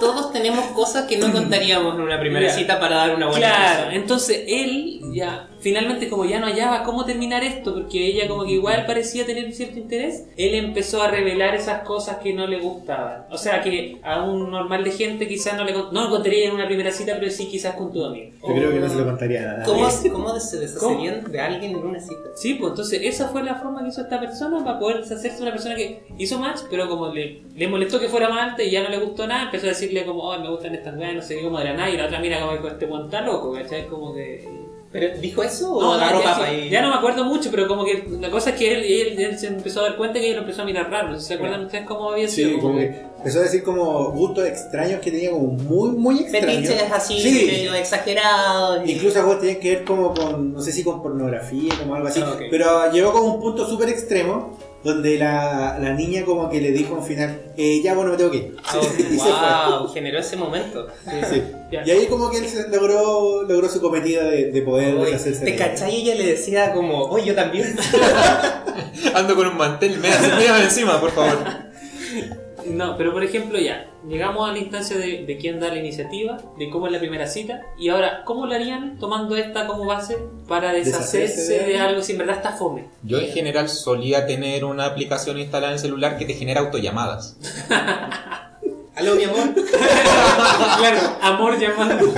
Speaker 4: Todos tenemos cosas que no contaríamos en una primera
Speaker 2: Ya.
Speaker 4: cita para dar una buena
Speaker 2: Claro,
Speaker 4: impresión.
Speaker 2: entonces él ya finalmente como ya no hallaba cómo terminar esto, porque ella como que igual parecía tener un cierto interés, él empezó a revelar esas cosas que no le gustaban. O sea que a un normal de gente quizás no le con- no lo contaría en una primera cita, pero sí quizás con tu amigo.
Speaker 1: Yo creo que no se lo contaría a nadie.
Speaker 4: ¿Cómo, ¿Cómo se deshacerían de alguien en una cita?
Speaker 2: Sí, pues entonces esa fue la forma que hizo esta persona para poder deshacerse de una persona que hizo match, pero como le, le molestó que fuera más alta y ya no le gustó nada, empezó a decirle como, ay, me gustan estas weas, no sé qué, como de la nada, y la otra mira como que este weón está loco, ¿cachai? Como que...
Speaker 4: ¿Pero dijo eso o
Speaker 2: No,
Speaker 4: Oh, agarró
Speaker 2: ya,
Speaker 4: papa
Speaker 2: sí,
Speaker 4: y.?
Speaker 2: ya no me acuerdo mucho, pero como que la cosa es que él, él- él se empezó a dar cuenta que ella lo empezó a mirar raro. No sé si ¿Se acuerdan ustedes cómo había sido?
Speaker 1: Sí, como que empezó a decir como gustos extraños que tenía como muy, muy extraños.
Speaker 4: Fetiches así,
Speaker 1: Sí.
Speaker 4: medio exagerados. y-
Speaker 1: Incluso algo tenía que ver como con, no sé si con pornografía, como algo así.
Speaker 4: Ah, ok.
Speaker 1: Pero llegó con un punto súper extremo donde la, la niña como que le dijo al final, eh, ya bueno, me tengo que ir.
Speaker 4: Oh,
Speaker 1: Y se fue.
Speaker 4: wow, generó ese momento.
Speaker 1: Sí.
Speaker 2: Ya.
Speaker 1: Y ahí como que él se- logró, logró su cometido de, de poder
Speaker 4: Oye,
Speaker 1: deshacerse
Speaker 4: ¿Te
Speaker 1: de ella.
Speaker 4: cachai? Ella le decía como, oye, yo también.
Speaker 3: Ando con un mantel, me me encima, por favor.
Speaker 2: No, pero por ejemplo, ya, llegamos a la instancia de, de quién da la iniciativa, de cómo es la primera cita, y ahora, ¿cómo lo harían tomando esta como base para deshacerse,
Speaker 1: Deshacerse de-
Speaker 2: de algo si en verdad está fome?
Speaker 3: Yo en general solía tener una aplicación instalada en el celular que te genera autollamadas.
Speaker 4: Aló, mi amor.
Speaker 2: claro, amor llamando.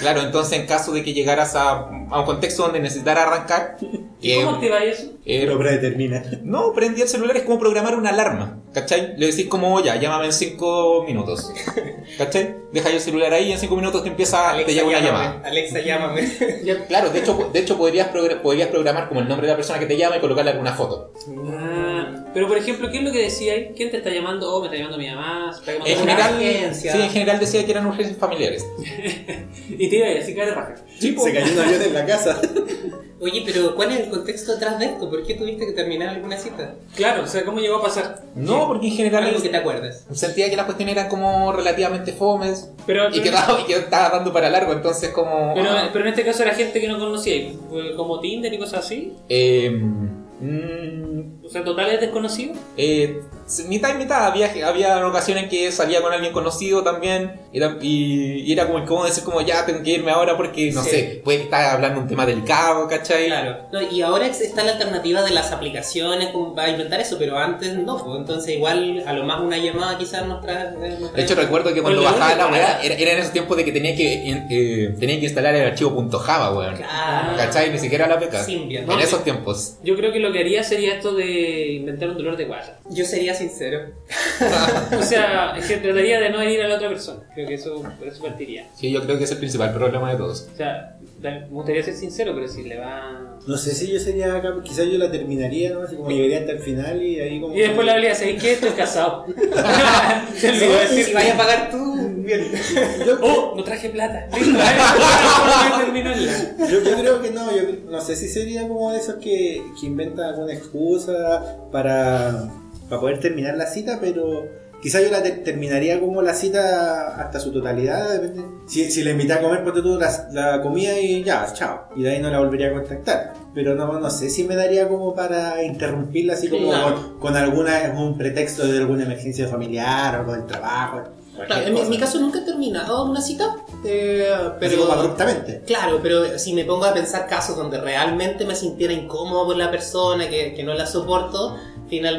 Speaker 3: Claro, entonces en caso de que llegaras a, a un contexto donde necesitara arrancar,
Speaker 2: ¿Y
Speaker 3: eh,
Speaker 2: cómo activar eso?
Speaker 3: eh,
Speaker 1: Pero predetermina.
Speaker 3: No, prendí el celular, es como programar una alarma, ¿cachai? Le decís como, ya, llámame en 5 minutos, ¿cachai? Deja el celular ahí y en 5 minutos te empieza, te llega una llamada.
Speaker 4: Alexa, llámame.
Speaker 2: Ya-
Speaker 3: Claro, de hecho, de hecho podrías, progr- podrías programar como el nombre de la persona que te llama y colocarle alguna foto.
Speaker 2: Ah, pero por ejemplo, ¿qué es lo que decía ahí? ¿Quién te está llamando? Oh, me está llamando mi mamá. se está llamando
Speaker 3: En
Speaker 2: mi mamá.
Speaker 3: general, sí,
Speaker 4: urgencia.
Speaker 3: en general decía que eran urgencias familiares.
Speaker 2: Y te iba a decir, cállate raja.
Speaker 1: Se cayó un avión en la casa.
Speaker 4: Oye, pero ¿cuál es el contexto detrás de esto? ¿Por qué tuviste que terminar alguna cita?
Speaker 2: Claro, o sea, ¿cómo llegó a pasar?
Speaker 3: No, porque en
Speaker 4: Algo que
Speaker 3: general
Speaker 4: te acuerdes.
Speaker 3: sentía que las cuestiones eran como relativamente fomes
Speaker 2: Pero,
Speaker 3: y que,
Speaker 2: pero,
Speaker 3: daba- y que estaba dando para largo, entonces como... ah,
Speaker 2: pero en este caso era gente que no conocía, fue como Tinder y cosas así.
Speaker 3: eh, mm,
Speaker 2: O sea, totales desconocidos.
Speaker 3: Eh, mitad y mitad, había, había ocasiones en que salía con alguien conocido también y, tam- y- y era como como decir como ya tengo que irme ahora porque no
Speaker 4: Sí.
Speaker 3: sé, puede que está hablando un tema delicado, ¿cachai?
Speaker 4: Claro. No, y ahora ex- está la alternativa de las aplicaciones como para inventar eso, pero antes no. pues, Entonces igual a lo más una llamada quizás nos trae... eh, nos
Speaker 3: De
Speaker 4: trae-
Speaker 3: hecho recuerdo que cuando
Speaker 2: Pues lo
Speaker 3: bajaba la
Speaker 2: único-
Speaker 3: weá, era, era en esos tiempos de que tenía que en- eh, tenía que instalar el archivo .java, weón.
Speaker 4: Claro.
Speaker 3: ¿Cachai? Ni siquiera la peca.
Speaker 4: Symbian.
Speaker 3: En esos tiempos.
Speaker 2: Yo creo que lo que haría sería esto de de inventar un dolor de guata.
Speaker 4: Yo sería sincero.
Speaker 2: O sea, es que trataría de no herir a la otra persona. Creo que eso, por eso partiría.
Speaker 3: Sí, yo creo que es el principal problema de todos.
Speaker 2: O sea, da- me gustaría ser sincero, pero si le va...
Speaker 1: No sé si yo sería capaz, quizás yo la terminaría, ¿no? Así como llegaría hasta el final y ahí como...
Speaker 2: Y después le habría, ¿sabéis qué? Estoy casado. Se lo iba a decir.
Speaker 4: Si vaya a pagar tú, bien.
Speaker 1: Yo,
Speaker 2: ¡Oh! No traje plata. Listo, ahí está la forma de terminarla.
Speaker 1: yo, yo creo que no, yo no sé si sería como de esos que, que inventan alguna excusa para, para poder terminar la cita, pero quizás yo la te- terminaría como la cita hasta su totalidad, depende. Si, si la invité a comer, ponte tú la, la comida y ya, chao. Y de ahí no la volvería a contactar. Pero no, no sé si me daría como para interrumpirla así como
Speaker 4: Claro.
Speaker 1: con, con alguna, algún pretexto de alguna emergencia familiar o del trabajo. cualquier
Speaker 4: Claro, en, mi, en
Speaker 1: cosa.
Speaker 4: mi caso nunca he terminado una cita, eh,
Speaker 1: Así como
Speaker 4: pero...
Speaker 1: abruptamente.
Speaker 4: Claro, pero si me pongo a pensar casos donde realmente me sintiera incómodo por la persona, que, que no la soporto,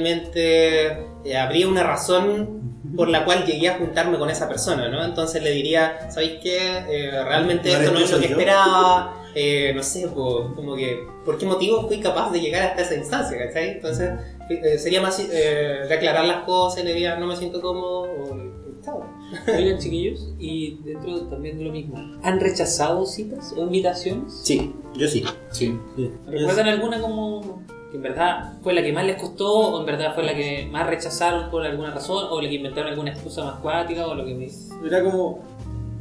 Speaker 4: finalmente eh, habría una razón por la cual llegué a juntarme con esa persona, ¿no? Entonces le diría, ¿sabéis qué? Eh, realmente
Speaker 1: ¿No
Speaker 4: esto no
Speaker 1: eres tú,
Speaker 4: es lo que
Speaker 1: soy yo?"
Speaker 4: esperaba, eh, no sé, po, como que, ¿por qué motivo fui capaz de llegar hasta esa instancia, ¿cachai? Entonces eh, sería más eh, de aclarar las cosas, le diría, no me siento cómodo, o, chao.
Speaker 2: Oigan, chiquillos, y dentro también de lo mismo. ¿Han rechazado citas o invitaciones?
Speaker 1: Sí, yo sí.
Speaker 3: Sí.
Speaker 2: ¿Recuerdan alguna como que en verdad fue la que más les costó o en verdad fue la que más rechazaron por alguna razón o la que inventaron alguna excusa más cuática o lo que me
Speaker 1: Era como.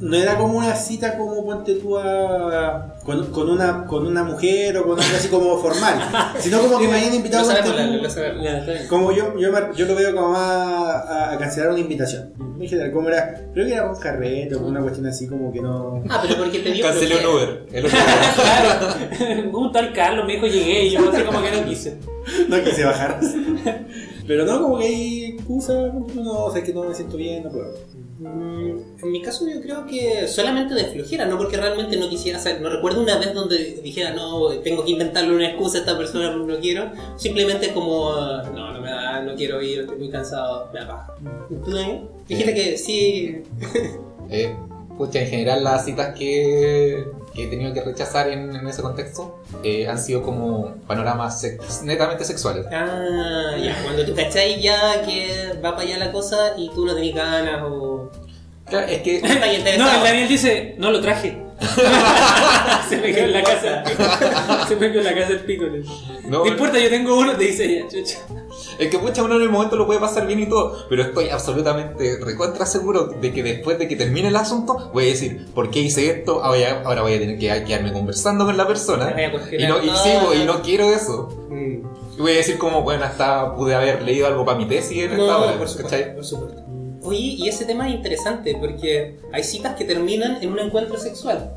Speaker 1: No era como una cita como ponte tú a. con, con una, con una mujer o con algo así como formal. Sino como que me hayan invitado
Speaker 4: Lo
Speaker 1: ponte
Speaker 4: sabemos,
Speaker 1: tú-
Speaker 4: Lalo, lo sabemos.
Speaker 2: Ya, está bien.
Speaker 1: Como yo, yo, me- yo lo veo como a, a- a cancelar una invitación. En general, como era. Creo que era con carrete o con una cuestión así como que no.
Speaker 4: Ah, pero porque te dio...
Speaker 3: Cancelé un
Speaker 4: flojera.
Speaker 3: Uber. El otro-
Speaker 2: Claro, un tal Carlos me dijo llegué y yo no sé cómo que no quise.
Speaker 1: No quise bajar. Pero no, como que hay excusa, no, o sea, que no me siento bien, no puedo.
Speaker 4: Mm, En mi caso yo creo que solamente de flojera, no porque realmente no quisiera hacer. No recuerdo una vez donde dijera, no, tengo que inventarle una excusa a esta persona, no quiero. Simplemente como, ah, no, no me da, no quiero ir, estoy muy cansado, me da paja. ¿Tú, Daniel? Dijiste que sí,
Speaker 3: Eh, pucha, en general las citas que, que he tenido que rechazar en, en ese contexto eh, han sido como panoramas sex- netamente sexuales.
Speaker 4: ah, ya, cuando tú cacháis ya que va para allá la cosa y tú no tenés ganas o...
Speaker 3: Claro, es que
Speaker 4: No, estás
Speaker 2: No, el
Speaker 4: interesado.
Speaker 2: Daniel dice, no lo traje. se me quedó en la casa. se me quedó en la casa el pico. No,
Speaker 3: no,
Speaker 2: importa, yo tengo uno, te dice ella, chucha.
Speaker 3: es que pucha, uno en el momento lo puede pasar bien y todo, pero estoy absolutamente recontra seguro de que después de que termine el asunto voy a decir, ¿por qué hice esto? Ahora voy a, ahora voy a tener que quedarme conversando con la persona.
Speaker 4: Me voy a cuestionar.
Speaker 3: Y no, y, sí, bo, y no quiero eso.
Speaker 4: Mm.
Speaker 3: Y voy a decir como, bueno, hasta pude haber leído algo para mi tesis en esta hora,
Speaker 4: por
Speaker 3: ¿cachai?
Speaker 4: supuesto, por supuesto. Oye, y ese tema es interesante porque hay citas que terminan en un encuentro sexual.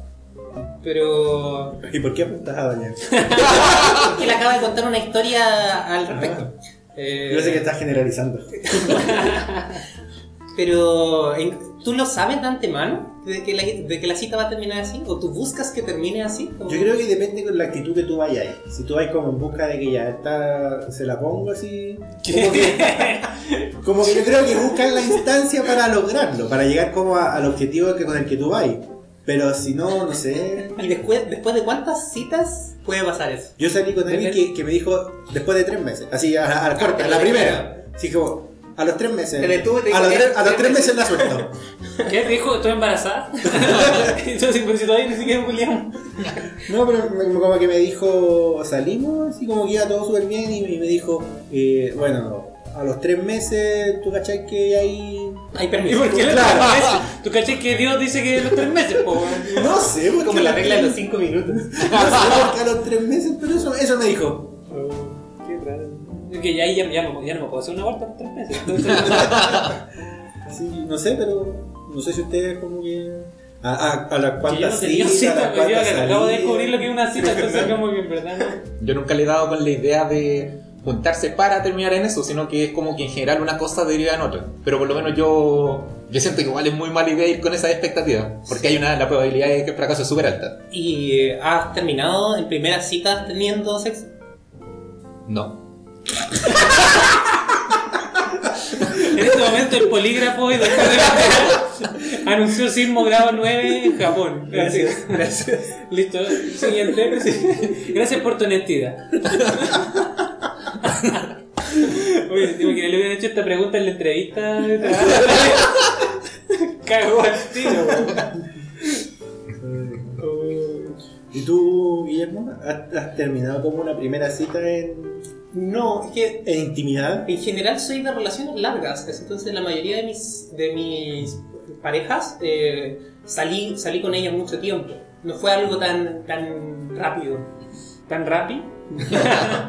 Speaker 4: Pero.
Speaker 1: ¿Y por qué apuntas a Daniel?
Speaker 4: que le acaba de contar una historia al respecto. Eh,
Speaker 1: Yo sé que estás generalizando.
Speaker 4: Pero. en- ¿Tú lo sabes de antemano? De que, la, de que la cita va a terminar así? ¿O tú buscas que termine así? ¿O-
Speaker 1: Yo creo que depende con la actitud que tú vayas. Si tú vas como en busca de que ya está, se la pongo así. Como que, como que yo creo que buscas la instancia para lograrlo, para llegar como a- al objetivo que, con el que tú vas. Pero si no, no sé.
Speaker 4: ¿Y después, después de cuántas citas puede pasar eso?
Speaker 1: Yo salí con alguien que, que me dijo después de tres meses, así a, la- a la corta, a la primera. Así como, a los tres meses.
Speaker 4: Te detuve, te
Speaker 1: a,
Speaker 4: dijo,
Speaker 1: los
Speaker 4: "Eh,
Speaker 1: tres, a los
Speaker 4: tres
Speaker 1: tres meses la suelto.
Speaker 2: ¿Qué te dijo? ¿Estoy embarazada? Entonces, por si todavía ni siquiera Julián.
Speaker 1: No, pero me- me- como que me dijo, salimos, así como que iba todo súper bien y, y me dijo, eh, bueno, a los tres meses, tú cachai que ahí...
Speaker 4: Hay
Speaker 2: ¿Y
Speaker 4: permiso.
Speaker 2: por qué los
Speaker 1: Claro.
Speaker 2: tres meses? ¿Tú caché que Dios dice que los tres meses, po? weón?
Speaker 1: No sé, porque
Speaker 4: Como la regla de los cinco minutos.
Speaker 1: No sé, porque a los tres meses, pero eso, eso me dijo.
Speaker 2: Qué raro. Es que ya, ahí ya, ya, no- ya no me puedo hacer una vuelta por tres meses. Entonces,
Speaker 1: Sí, no sé, pero no sé si ustedes como que... A, a, a las
Speaker 2: que yo
Speaker 1: cuantas
Speaker 2: no tenía
Speaker 1: citas, a las
Speaker 2: cita, pues yo
Speaker 1: cuantas
Speaker 2: acabo de
Speaker 1: salidas.
Speaker 2: descubrir lo que es una cita, entonces como que en verdad no.
Speaker 3: Yo nunca le he dado con la idea de juntarse para terminar en eso, sino que es como que en general una cosa deriva en otra. Pero por lo menos yo, yo siento que igual es muy mala idea ir con esa expectativa, porque hay una, la probabilidad de que el fracaso es súper alta.
Speaker 4: ¿Y eh, has terminado en primeras citas teniendo sexo?
Speaker 3: No.
Speaker 2: En este momento el polígrafo y doctor de la anunció sismo grado 9 en Japón. Gracias. Gracias. Listo. Siguiente. Gracias por tu honestidad. Oye, te imaginas, le hubieran hecho esta pregunta en la entrevista. de trabajo. Cagó al tiro, weón.
Speaker 1: Oh. ¿Y tú, Guillermo, has, has terminado como una primera cita en,
Speaker 4: No, es que
Speaker 1: en intimidad?
Speaker 4: en general soy de relaciones largas, es entonces la mayoría de mis, de mis parejas eh, salí, salí con ellas mucho tiempo. No fue algo tan, tan rápido.
Speaker 2: ¿Tan rápido?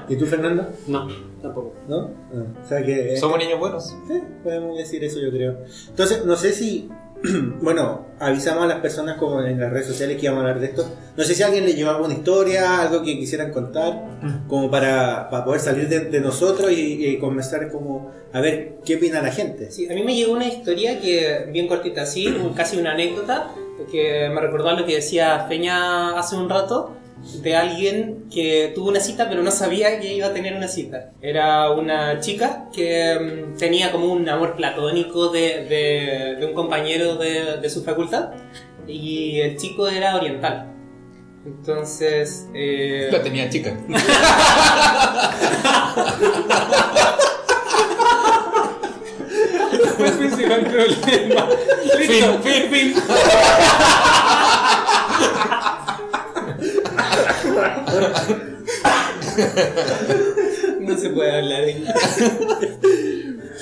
Speaker 1: ¿Y tú, Fernando?
Speaker 2: No, tampoco.
Speaker 1: ¿No? Ah, O sea que...
Speaker 3: Somos niños buenos.
Speaker 1: Sí, podemos decir eso, yo creo. Entonces, no sé si. Bueno, avisamos a las personas como en las redes sociales que íbamos a hablar de esto. No sé si alguien le llevaba una historia, algo que quisieran contar, como para, para poder salir de, de nosotros y, y conversar como a ver qué opina la gente.
Speaker 4: Sí, a mí me llegó una historia que, bien cortita así, un- casi una anécdota, que me recordó a lo que decía Feña hace un rato, de alguien que tuvo una cita pero no sabía que iba a tener una cita. Era una chica que mm, tenía como un amor platónico de, de- de un compañero de, de su facultad y el chico era oriental. Entonces... eh,
Speaker 3: Lo tenía chica.
Speaker 2: Fue el principal problema. Listo, fin, fin.
Speaker 4: No se puede hablar ahí.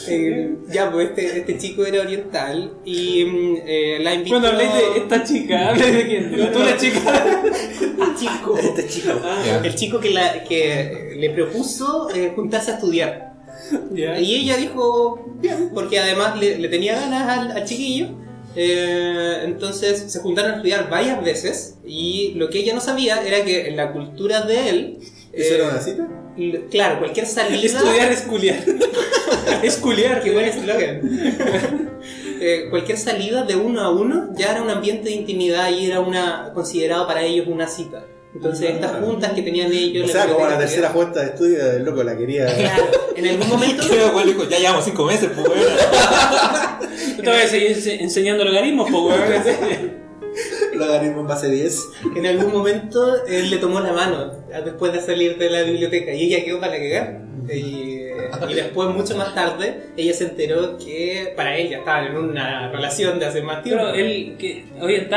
Speaker 4: Eh, ya, pues este, este chico era oriental y mm, eh, la invitó.
Speaker 2: Cuando
Speaker 4: este
Speaker 2: habléis de esta chica, habléis de quién? De tú, la chica.
Speaker 4: el chico.
Speaker 1: Este chico.
Speaker 2: Ah,
Speaker 3: Ya.
Speaker 4: El chico que, la, que le propuso eh, juntarse a estudiar.
Speaker 2: Ya.
Speaker 4: Y ella dijo, bien, porque además le, le tenía ganas al, al chiquillo. Eh, entonces se juntaron a estudiar varias veces y lo que ella no sabía era que en la cultura de él.
Speaker 1: ¿Eso era
Speaker 4: eh,
Speaker 1: una cita?
Speaker 4: l- Claro, cualquier salida.
Speaker 2: Estudiar es culiar. Es culiar.
Speaker 4: Qué buen eslogan. Eh, cualquier salida de uno a uno ya era un ambiente de intimidad y era una considerado para ellos una cita. Entonces estas juntas que tenían
Speaker 1: Ah.
Speaker 4: ellos...
Speaker 1: O
Speaker 4: la
Speaker 1: sea, como la
Speaker 4: biblioteca
Speaker 1: tercera
Speaker 4: que-
Speaker 1: junta de estudio del loco la quería.
Speaker 4: Claro, en algún momento...
Speaker 3: Creo que dijo, ya llevamos cinco meses, pues weón.
Speaker 2: Yo te voy a seguir ense- enseñando logaritmos, po, weón.
Speaker 1: Logaritmo en base 10.
Speaker 4: En algún momento él le tomó la mano a- después de salir de la biblioteca y ella quedó para cagar. Y, eh, y después, mucho más tarde, ella se enteró que para ella estaban en una relación de hace más tiempo.
Speaker 2: Pero él, que,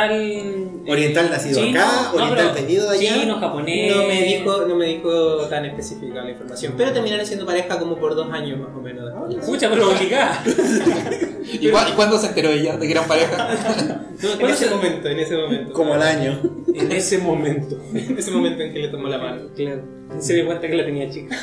Speaker 2: oriental.
Speaker 1: Oriental nacido acá, oriental
Speaker 2: pero
Speaker 1: venido de allá.
Speaker 2: Chino, japonés.
Speaker 4: No me dijo, no me dijo tan específica la información, pero terminaron siendo pareja como por dos años más o menos.
Speaker 2: Escucha, pero obligada.
Speaker 3: ¿Y, cua- y cuándo se enteró ella de que eran pareja?
Speaker 4: En ese momento, en ese momento.
Speaker 1: Como al año.
Speaker 2: En ese momento.
Speaker 4: En ese momento en que le tomó la mano.
Speaker 2: Claro. Se dio cuenta que la tenía chica.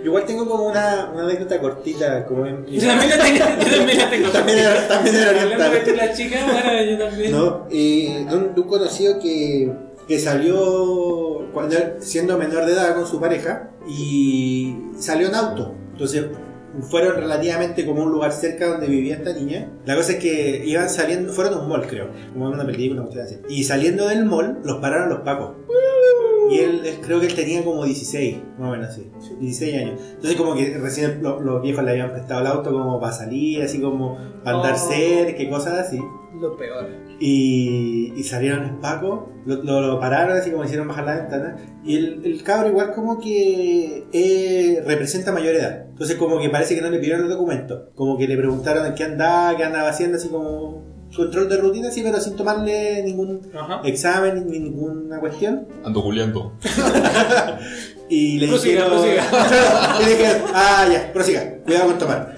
Speaker 1: Yo igual tengo como una, una anécdota cortita, como en.
Speaker 2: Yo también la tengo. Yo también la tengo.
Speaker 1: También era- también era
Speaker 2: Hablando de
Speaker 1: oriental.
Speaker 2: tú, la chica, bueno, yo también.
Speaker 1: No, eh, de un, de un conocido que, que salió cuando él- siendo menor de edad con su pareja y salió en auto. Entonces fueron relativamente como a un lugar cerca donde vivía esta niña. La cosa es que iban saliendo, fueron a un mall creo, como en una película, una cuestión así. Y saliendo del mall los pararon los pacos. Y él, eh, creo que él tenía como 16, más o menos así, 16 años. Entonces como que recién lo- los viejos le habían prestado el auto como para salir, así como para andar
Speaker 4: Oh.
Speaker 1: cerca y cosas así.
Speaker 4: Lo peor.
Speaker 1: Y, y salieron los pacos, lo, lo- lo pararon así como hicieron bajar la ventana. Y el, el cabro igual como que eh, representa mayor edad. Entonces como que parece que no le pidieron los documentos. Como que le preguntaron en qué andaba, qué andaba haciendo, así como control de rutina, sí, pero sin tomarle ningún
Speaker 4: Ajá.
Speaker 1: examen ni ninguna cuestión.
Speaker 3: Ando juliando.
Speaker 1: Y le
Speaker 2: Prosiga,
Speaker 1: dijeron...
Speaker 2: prosiga.
Speaker 1: y le dijeron, ah, ya, prosiga, cuidado con tomar.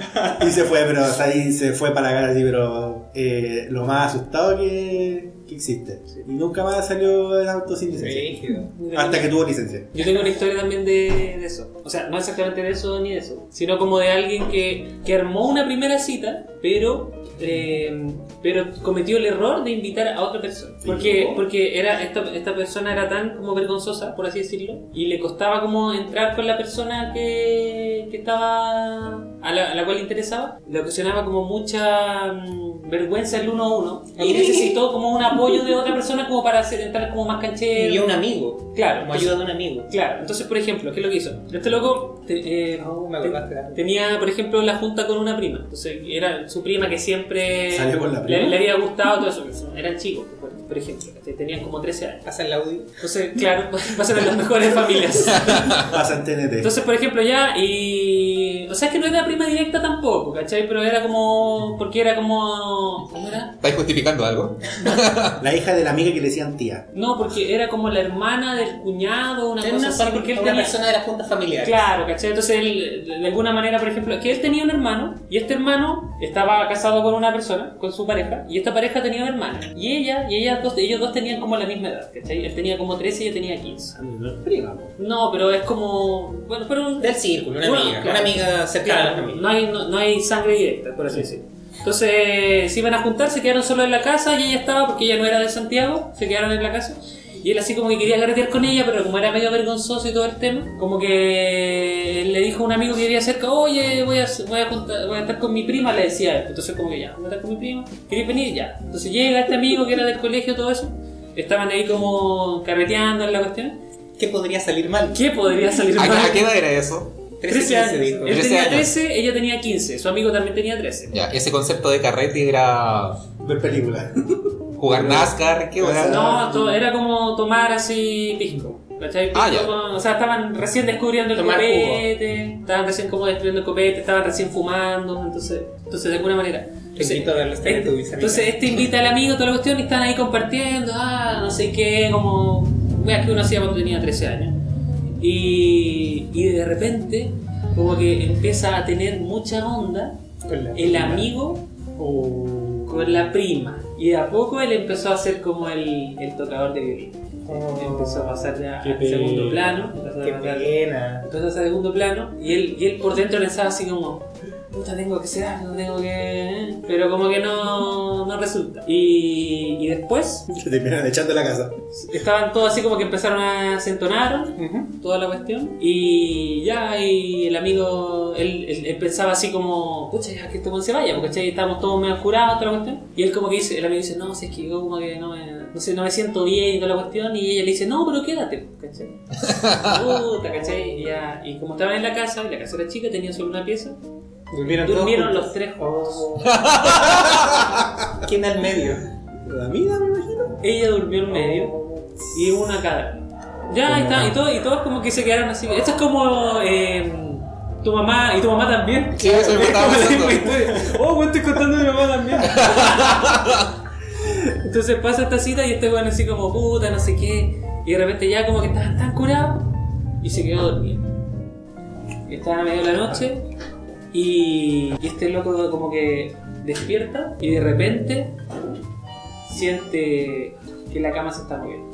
Speaker 1: Y se fue, pero o sea, ahí se fue para la cara así, pero eh, lo más asustado que, que existe. Y nunca más salió del auto sin licencia.
Speaker 4: Rígido.
Speaker 1: Hasta que tuvo licencia.
Speaker 2: Yo tengo una historia también de, de eso. O sea, no exactamente de eso ni de eso, sino como de alguien que, que armó una primera cita, pero, eh, pero cometió el error de invitar a otra persona. Porque, porque era, esta, esta persona era tan como vergonzosa, por así decirlo, y le costaba como entrar con la persona que, que estaba a la, a la cual le interesaba. Le ocasionaba como mucha mm, vergüenza el uno a uno. Y necesitó como un apoyo de otra persona como para hacer entrar como más canchero.
Speaker 4: Y a un amigo.
Speaker 2: Claro,
Speaker 4: Como
Speaker 2: entonces-
Speaker 4: ayuda de un amigo.
Speaker 2: Claro, entonces por ejemplo, ¿qué es lo que hizo? Este loco te- eh,
Speaker 4: No, Ah, oh, me
Speaker 2: te-
Speaker 4: acordaste de algo.
Speaker 2: tenía, por ejemplo, la junta con una prima. Entonces era su prima que siempre
Speaker 1: ¿Salió con la
Speaker 2: le-
Speaker 1: prima?
Speaker 2: Le, había gustado todo eso. Eran chicos, ¿te acuerdas? por ejemplo, ¿cachai? tenían como 13 años.
Speaker 4: Pasa el audio.
Speaker 2: Entonces, claro, pasan a las mejores familias.
Speaker 1: Pasa en TNT.
Speaker 2: Entonces, por ejemplo, ya, y. O sea, es que no era prima directa tampoco, ¿cachai? Pero era como. Porque era como. ¿Cómo era?
Speaker 3: ¿Estáis justificando algo?
Speaker 1: la hija de la amiga que le decían tía.
Speaker 2: No, porque era como la hermana del cuñado, una
Speaker 4: Era
Speaker 2: cosa
Speaker 4: una,
Speaker 2: así, porque él
Speaker 4: una
Speaker 2: tenía-
Speaker 4: persona de las juntas familiares.
Speaker 2: Claro, ¿cachai? Entonces él, de alguna manera, por ejemplo, que él tenía un hermano y este hermano estaba casado con una persona, con su pareja, y esta pareja tenía una hermana. Y ella, y ellas dos, ellos dos tenían como la misma edad, ¿cachai? Él tenía como 13 y ella tenía 15.
Speaker 1: Prima,
Speaker 2: No, pero es como... Bueno, pero...
Speaker 4: Del círculo, una
Speaker 2: Bueno,
Speaker 4: amiga.
Speaker 2: claro.
Speaker 4: Una amiga cercana a la
Speaker 2: Claro,
Speaker 4: familia.
Speaker 2: no hay, no, no hay sangre directa, por así decirlo. Entonces se iban a juntar, se quedaron solos en la casa y ella estaba, porque ella no era de Santiago, se quedaron en la casa. Y él así como que quería carretear con ella, pero como era medio vergonzoso y todo el tema, como que él le dijo a un amigo que vivía cerca, oye, voy a, voy a, juntar- voy a estar con mi prima, le decía él. Entonces como que ya, voy a estar con mi prima, ¿querés venir? Ya. Entonces llega este amigo que era del colegio, todo eso. Estaban ahí como carreteando en la cuestión.
Speaker 4: ¿Qué podría salir mal?
Speaker 2: ¿Qué podría salir
Speaker 3: ¿A,
Speaker 2: mal?
Speaker 3: a qué edad era eso?
Speaker 2: 13
Speaker 4: años,
Speaker 2: años.
Speaker 4: dijo.
Speaker 2: Él
Speaker 3: 13
Speaker 2: tenía
Speaker 3: años.
Speaker 2: 13, ella tenía 15. Su amigo también tenía 13.
Speaker 3: Ya, ese concepto de carrete era
Speaker 1: Ver película.
Speaker 3: jugar NASCAR, qué weá.
Speaker 2: No, to- era como tomar así pisco. ¿Cachai? Pisco
Speaker 3: Ah, ya.
Speaker 2: con- o sea, estaban recién descubriendo el
Speaker 4: Tomar
Speaker 2: copete, estaban recién como descubriendo el copete, estaban recién fumando, entonces, entonces de alguna manera.
Speaker 4: Te
Speaker 2: Entonces,
Speaker 4: invito a ver los
Speaker 2: este,
Speaker 4: Teletubbies, amiga.
Speaker 2: entonces este invita al amigo, toda la cuestión, y están ahí compartiendo, ah, no sé qué, como, veas que uno hacía cuando tenía 13 años. Y, y de repente, como que empieza a tener mucha onda
Speaker 4: Con la- Oh.
Speaker 2: el amigo con la prima. Y de a poco él empezó a ser como el, el tocador de violín. Empezó a pasar ya
Speaker 1: Qué
Speaker 2: al
Speaker 1: pena.
Speaker 2: segundo plano. empezó a
Speaker 4: Oh. Qué
Speaker 2: pasar-
Speaker 4: pena.
Speaker 2: Empezó a ser segundo plano y él, y él por dentro pensaba así como, puta, tengo que ser algo, tengo que... Pero como que no, no resulta. Y, y después
Speaker 1: Que terminan echando a la casa.
Speaker 2: estaban todos así como que empezaron a se entonaron
Speaker 4: Ujú.
Speaker 2: toda la cuestión. Y ya, y el amigo, él, él- él pensaba así como, pucha, ya que este weón se vaya, porque ¿cachai? estábamos todos medio curados, toda la cuestión. Y él como que dice, el amigo dice, no, si es que yo como que no me, no sé, no me siento bien y toda la cuestión. Y ella le dice, no, pero quédate, ¿cachai? Puta, ¿cachai? Y, ya, y como estaban en la casa, y la casa era chica, tenía solo una pieza,
Speaker 4: Durmieron, todos
Speaker 2: durmieron
Speaker 4: juntos.
Speaker 2: los tres juntos.
Speaker 4: Oh. ¿Quién al medio?
Speaker 1: La mina, me imagino.
Speaker 2: Ella durmió en medio y una cada. Ya, ahí está, y, todo, y todos como que se quedaron así. Esto es como eh, tu mamá y tu mamá también.
Speaker 3: Sí, eso me
Speaker 2: Es
Speaker 3: estaba
Speaker 2: como la
Speaker 3: pensando.
Speaker 2: misma historia. Oh, bueno, estoy contando a mi mamá también. Entonces pasa esta cita y este weón así como puta, no sé qué. Y de repente ya como que estaban tan curados y se quedó dormido. Estaba a medio de la noche y, y este loco como que despierta y de repente siente que la cama se está moviendo.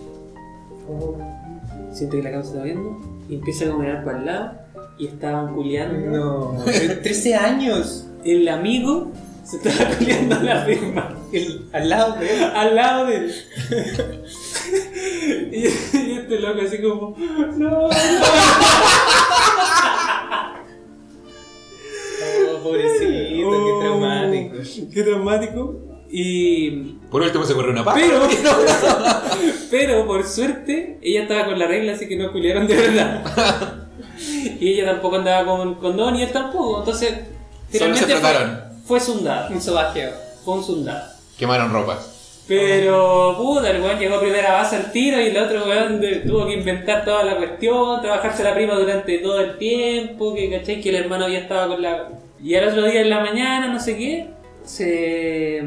Speaker 2: Siente que la cama se está moviendo y empieza a mirar para el lado y estaban culiando.
Speaker 4: No. 13 años.
Speaker 2: El amigo se estaba culiando a la prima.
Speaker 4: El- al lado de él.
Speaker 2: al lado de él. y, y este loco así como, no, no".
Speaker 4: Oh, pobrecito, qué traumático.
Speaker 2: Qué traumático. Y,
Speaker 3: Por último se corrió una paja.
Speaker 2: pero, pero por suerte, ella estaba con la regla, así que no culiaron de verdad. y ella tampoco andaba con condón y él tampoco. Entonces, finalmente
Speaker 3: se
Speaker 2: fue,
Speaker 3: trataron.
Speaker 2: fue sundado.
Speaker 4: Un sobajeo.
Speaker 2: Fue un sundado.
Speaker 3: Quemaron ropa.
Speaker 2: Pero, puta, el weón llegó a primera base al tiro y el otro weón de- tuvo que inventar toda la cuestión, trabajarse la prima durante todo el tiempo, que caché que el hermano ya estaba con la... Y al otro día en la mañana, no sé qué, se...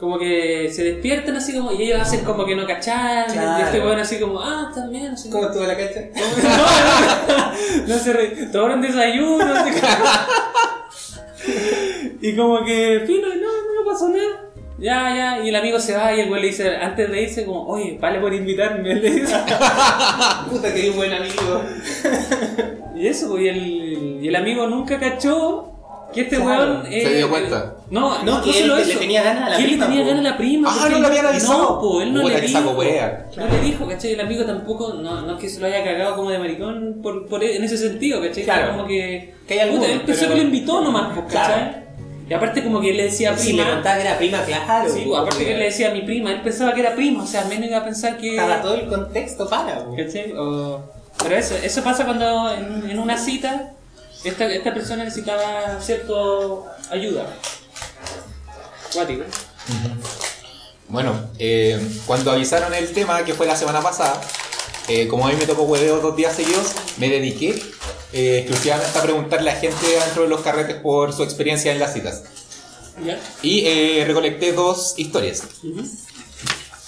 Speaker 2: Como que se despiertan así como, y ellos hacen como que no cacharon,
Speaker 4: Claro.
Speaker 2: y este weón así como, ah, también, no sé qué".
Speaker 4: ¿Cómo estuvo la cacha?
Speaker 2: No, no, no se re... tomaron desayuno. así como- y como que, fino, y no, no pasó nada. Ya, ya, y el amigo se va y el güey le dice, antes de irse, como, oye, vale por invitarme, le dice.
Speaker 4: Oh, Puta, que di un buen amigo.
Speaker 2: Y eso, pues, y el, y el amigo nunca cachó que este
Speaker 4: Claro,
Speaker 2: weón...
Speaker 3: se dio cuenta.
Speaker 2: No,
Speaker 4: No,
Speaker 2: no,
Speaker 4: que
Speaker 2: se
Speaker 4: él
Speaker 2: lo
Speaker 4: le
Speaker 2: hizo.
Speaker 4: tenía ganas a la
Speaker 2: Que él
Speaker 4: prima,
Speaker 2: le tenía
Speaker 4: po.
Speaker 2: ganas a la prima.
Speaker 3: Ah,
Speaker 2: porque
Speaker 3: no
Speaker 2: él-
Speaker 3: lo habían avisado.
Speaker 2: No, po, él no
Speaker 3: Puta,
Speaker 2: le
Speaker 3: qué
Speaker 2: dijo.
Speaker 3: saco wea.
Speaker 2: No le dijo, ¿cachai? El amigo tampoco, no, no es que se lo haya cagado como de maricón por, por- e, en ese sentido, ¿cachai?
Speaker 4: Claro.
Speaker 2: Como que...
Speaker 4: Que hay algunos,
Speaker 2: Puta, él pensó
Speaker 4: pero-
Speaker 2: que lo invitó nomás, po, ¿cachai? Y aparte como que él le decía
Speaker 4: Si le
Speaker 2: prima...
Speaker 4: contaba que era prima, claro.
Speaker 2: Sí, po, aparte que él le decía a mi prima, él pensaba que era prima, o sea, al menos iba a pensar que...
Speaker 4: Estaba todo el contexto para. po.
Speaker 2: ¿Cachai? O- Pero eso, eso pasa cuando en, en una cita esta, esta persona necesitaba cierto ayuda. Cuático.
Speaker 3: Bueno, eh, cuando avisaron el tema, que fue la semana pasada, eh, como a mí me tocó hueveo dos días seguidos, me dediqué eh, exclusivamente a preguntarle a gente dentro de los carretes por su experiencia en las citas.
Speaker 4: ¿Ya?
Speaker 3: Y eh, recolecté dos historias.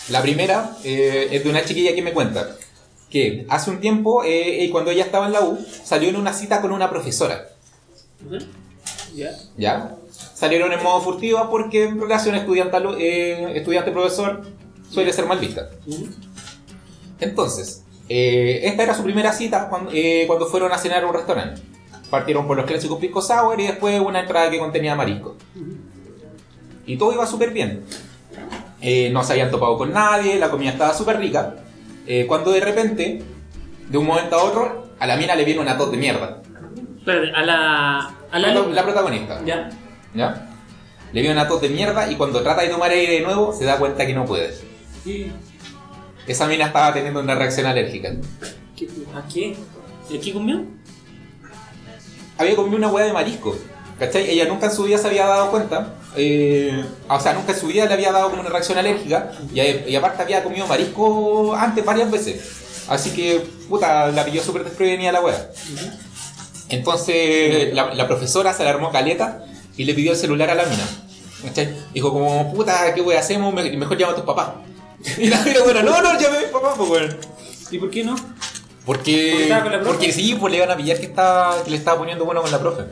Speaker 3: La primera eh, es de una chiquilla que me cuenta que hace un tiempo, eh, eh, cuando ella estaba en la U, salió en una cita con una profesora.
Speaker 4: ¿Ya?
Speaker 3: ¿Ya? Salieron en modo furtiva porque en relación estudiantal- eh, estudiante-profesor suele ser mal vista. Entonces, eh, esta era su primera cita cuan- eh, cuando fueron a cenar a un restaurante. Partieron por los clásicos pisco sour y después una entrada que contenía marisco. Y todo iba súper bien. Eh, no se habían topado con nadie, la comida estaba súper rica. eh, cuando de repente, de un momento a otro, a la mina le viene una tos de mierda.
Speaker 2: Espérate, a la. A la.
Speaker 3: La, la protagonista.
Speaker 2: Ya.
Speaker 3: ¿Ya? Le viene una tos de mierda y cuando trata de tomar aire de nuevo, se da cuenta que no puede.
Speaker 2: ¿Y
Speaker 3: Esa mina estaba teniendo una reacción alérgica.
Speaker 2: qué- ¿A qué? ¿Y aquí comió?
Speaker 3: había comido una hueá de marisco. ¿Cachai? Ella nunca en su vida se había dado cuenta. eh, o sea, nunca en su vida le había dado como una reacción alérgica. Y, a- y aparte había comido marisco antes varias veces. Así que, puta, la pilló súper desprevenida la hueá. Entonces, la, la profesora se alarmó caleta y le pidió el celular a la mina. ¿Cachai? Dijo como, puta, ¿qué hueá hacemos? Me- mejor llama a tus papás. Y la mina, bueno, no, no, llame a mis papás, pues, weón.
Speaker 2: ¿Y por qué no? ¿Porque
Speaker 3: Porque,
Speaker 2: estaba con la profe?
Speaker 3: porque sí, pues le iban a pillar que, estaba, que le estaba poniendo bueno con la profe.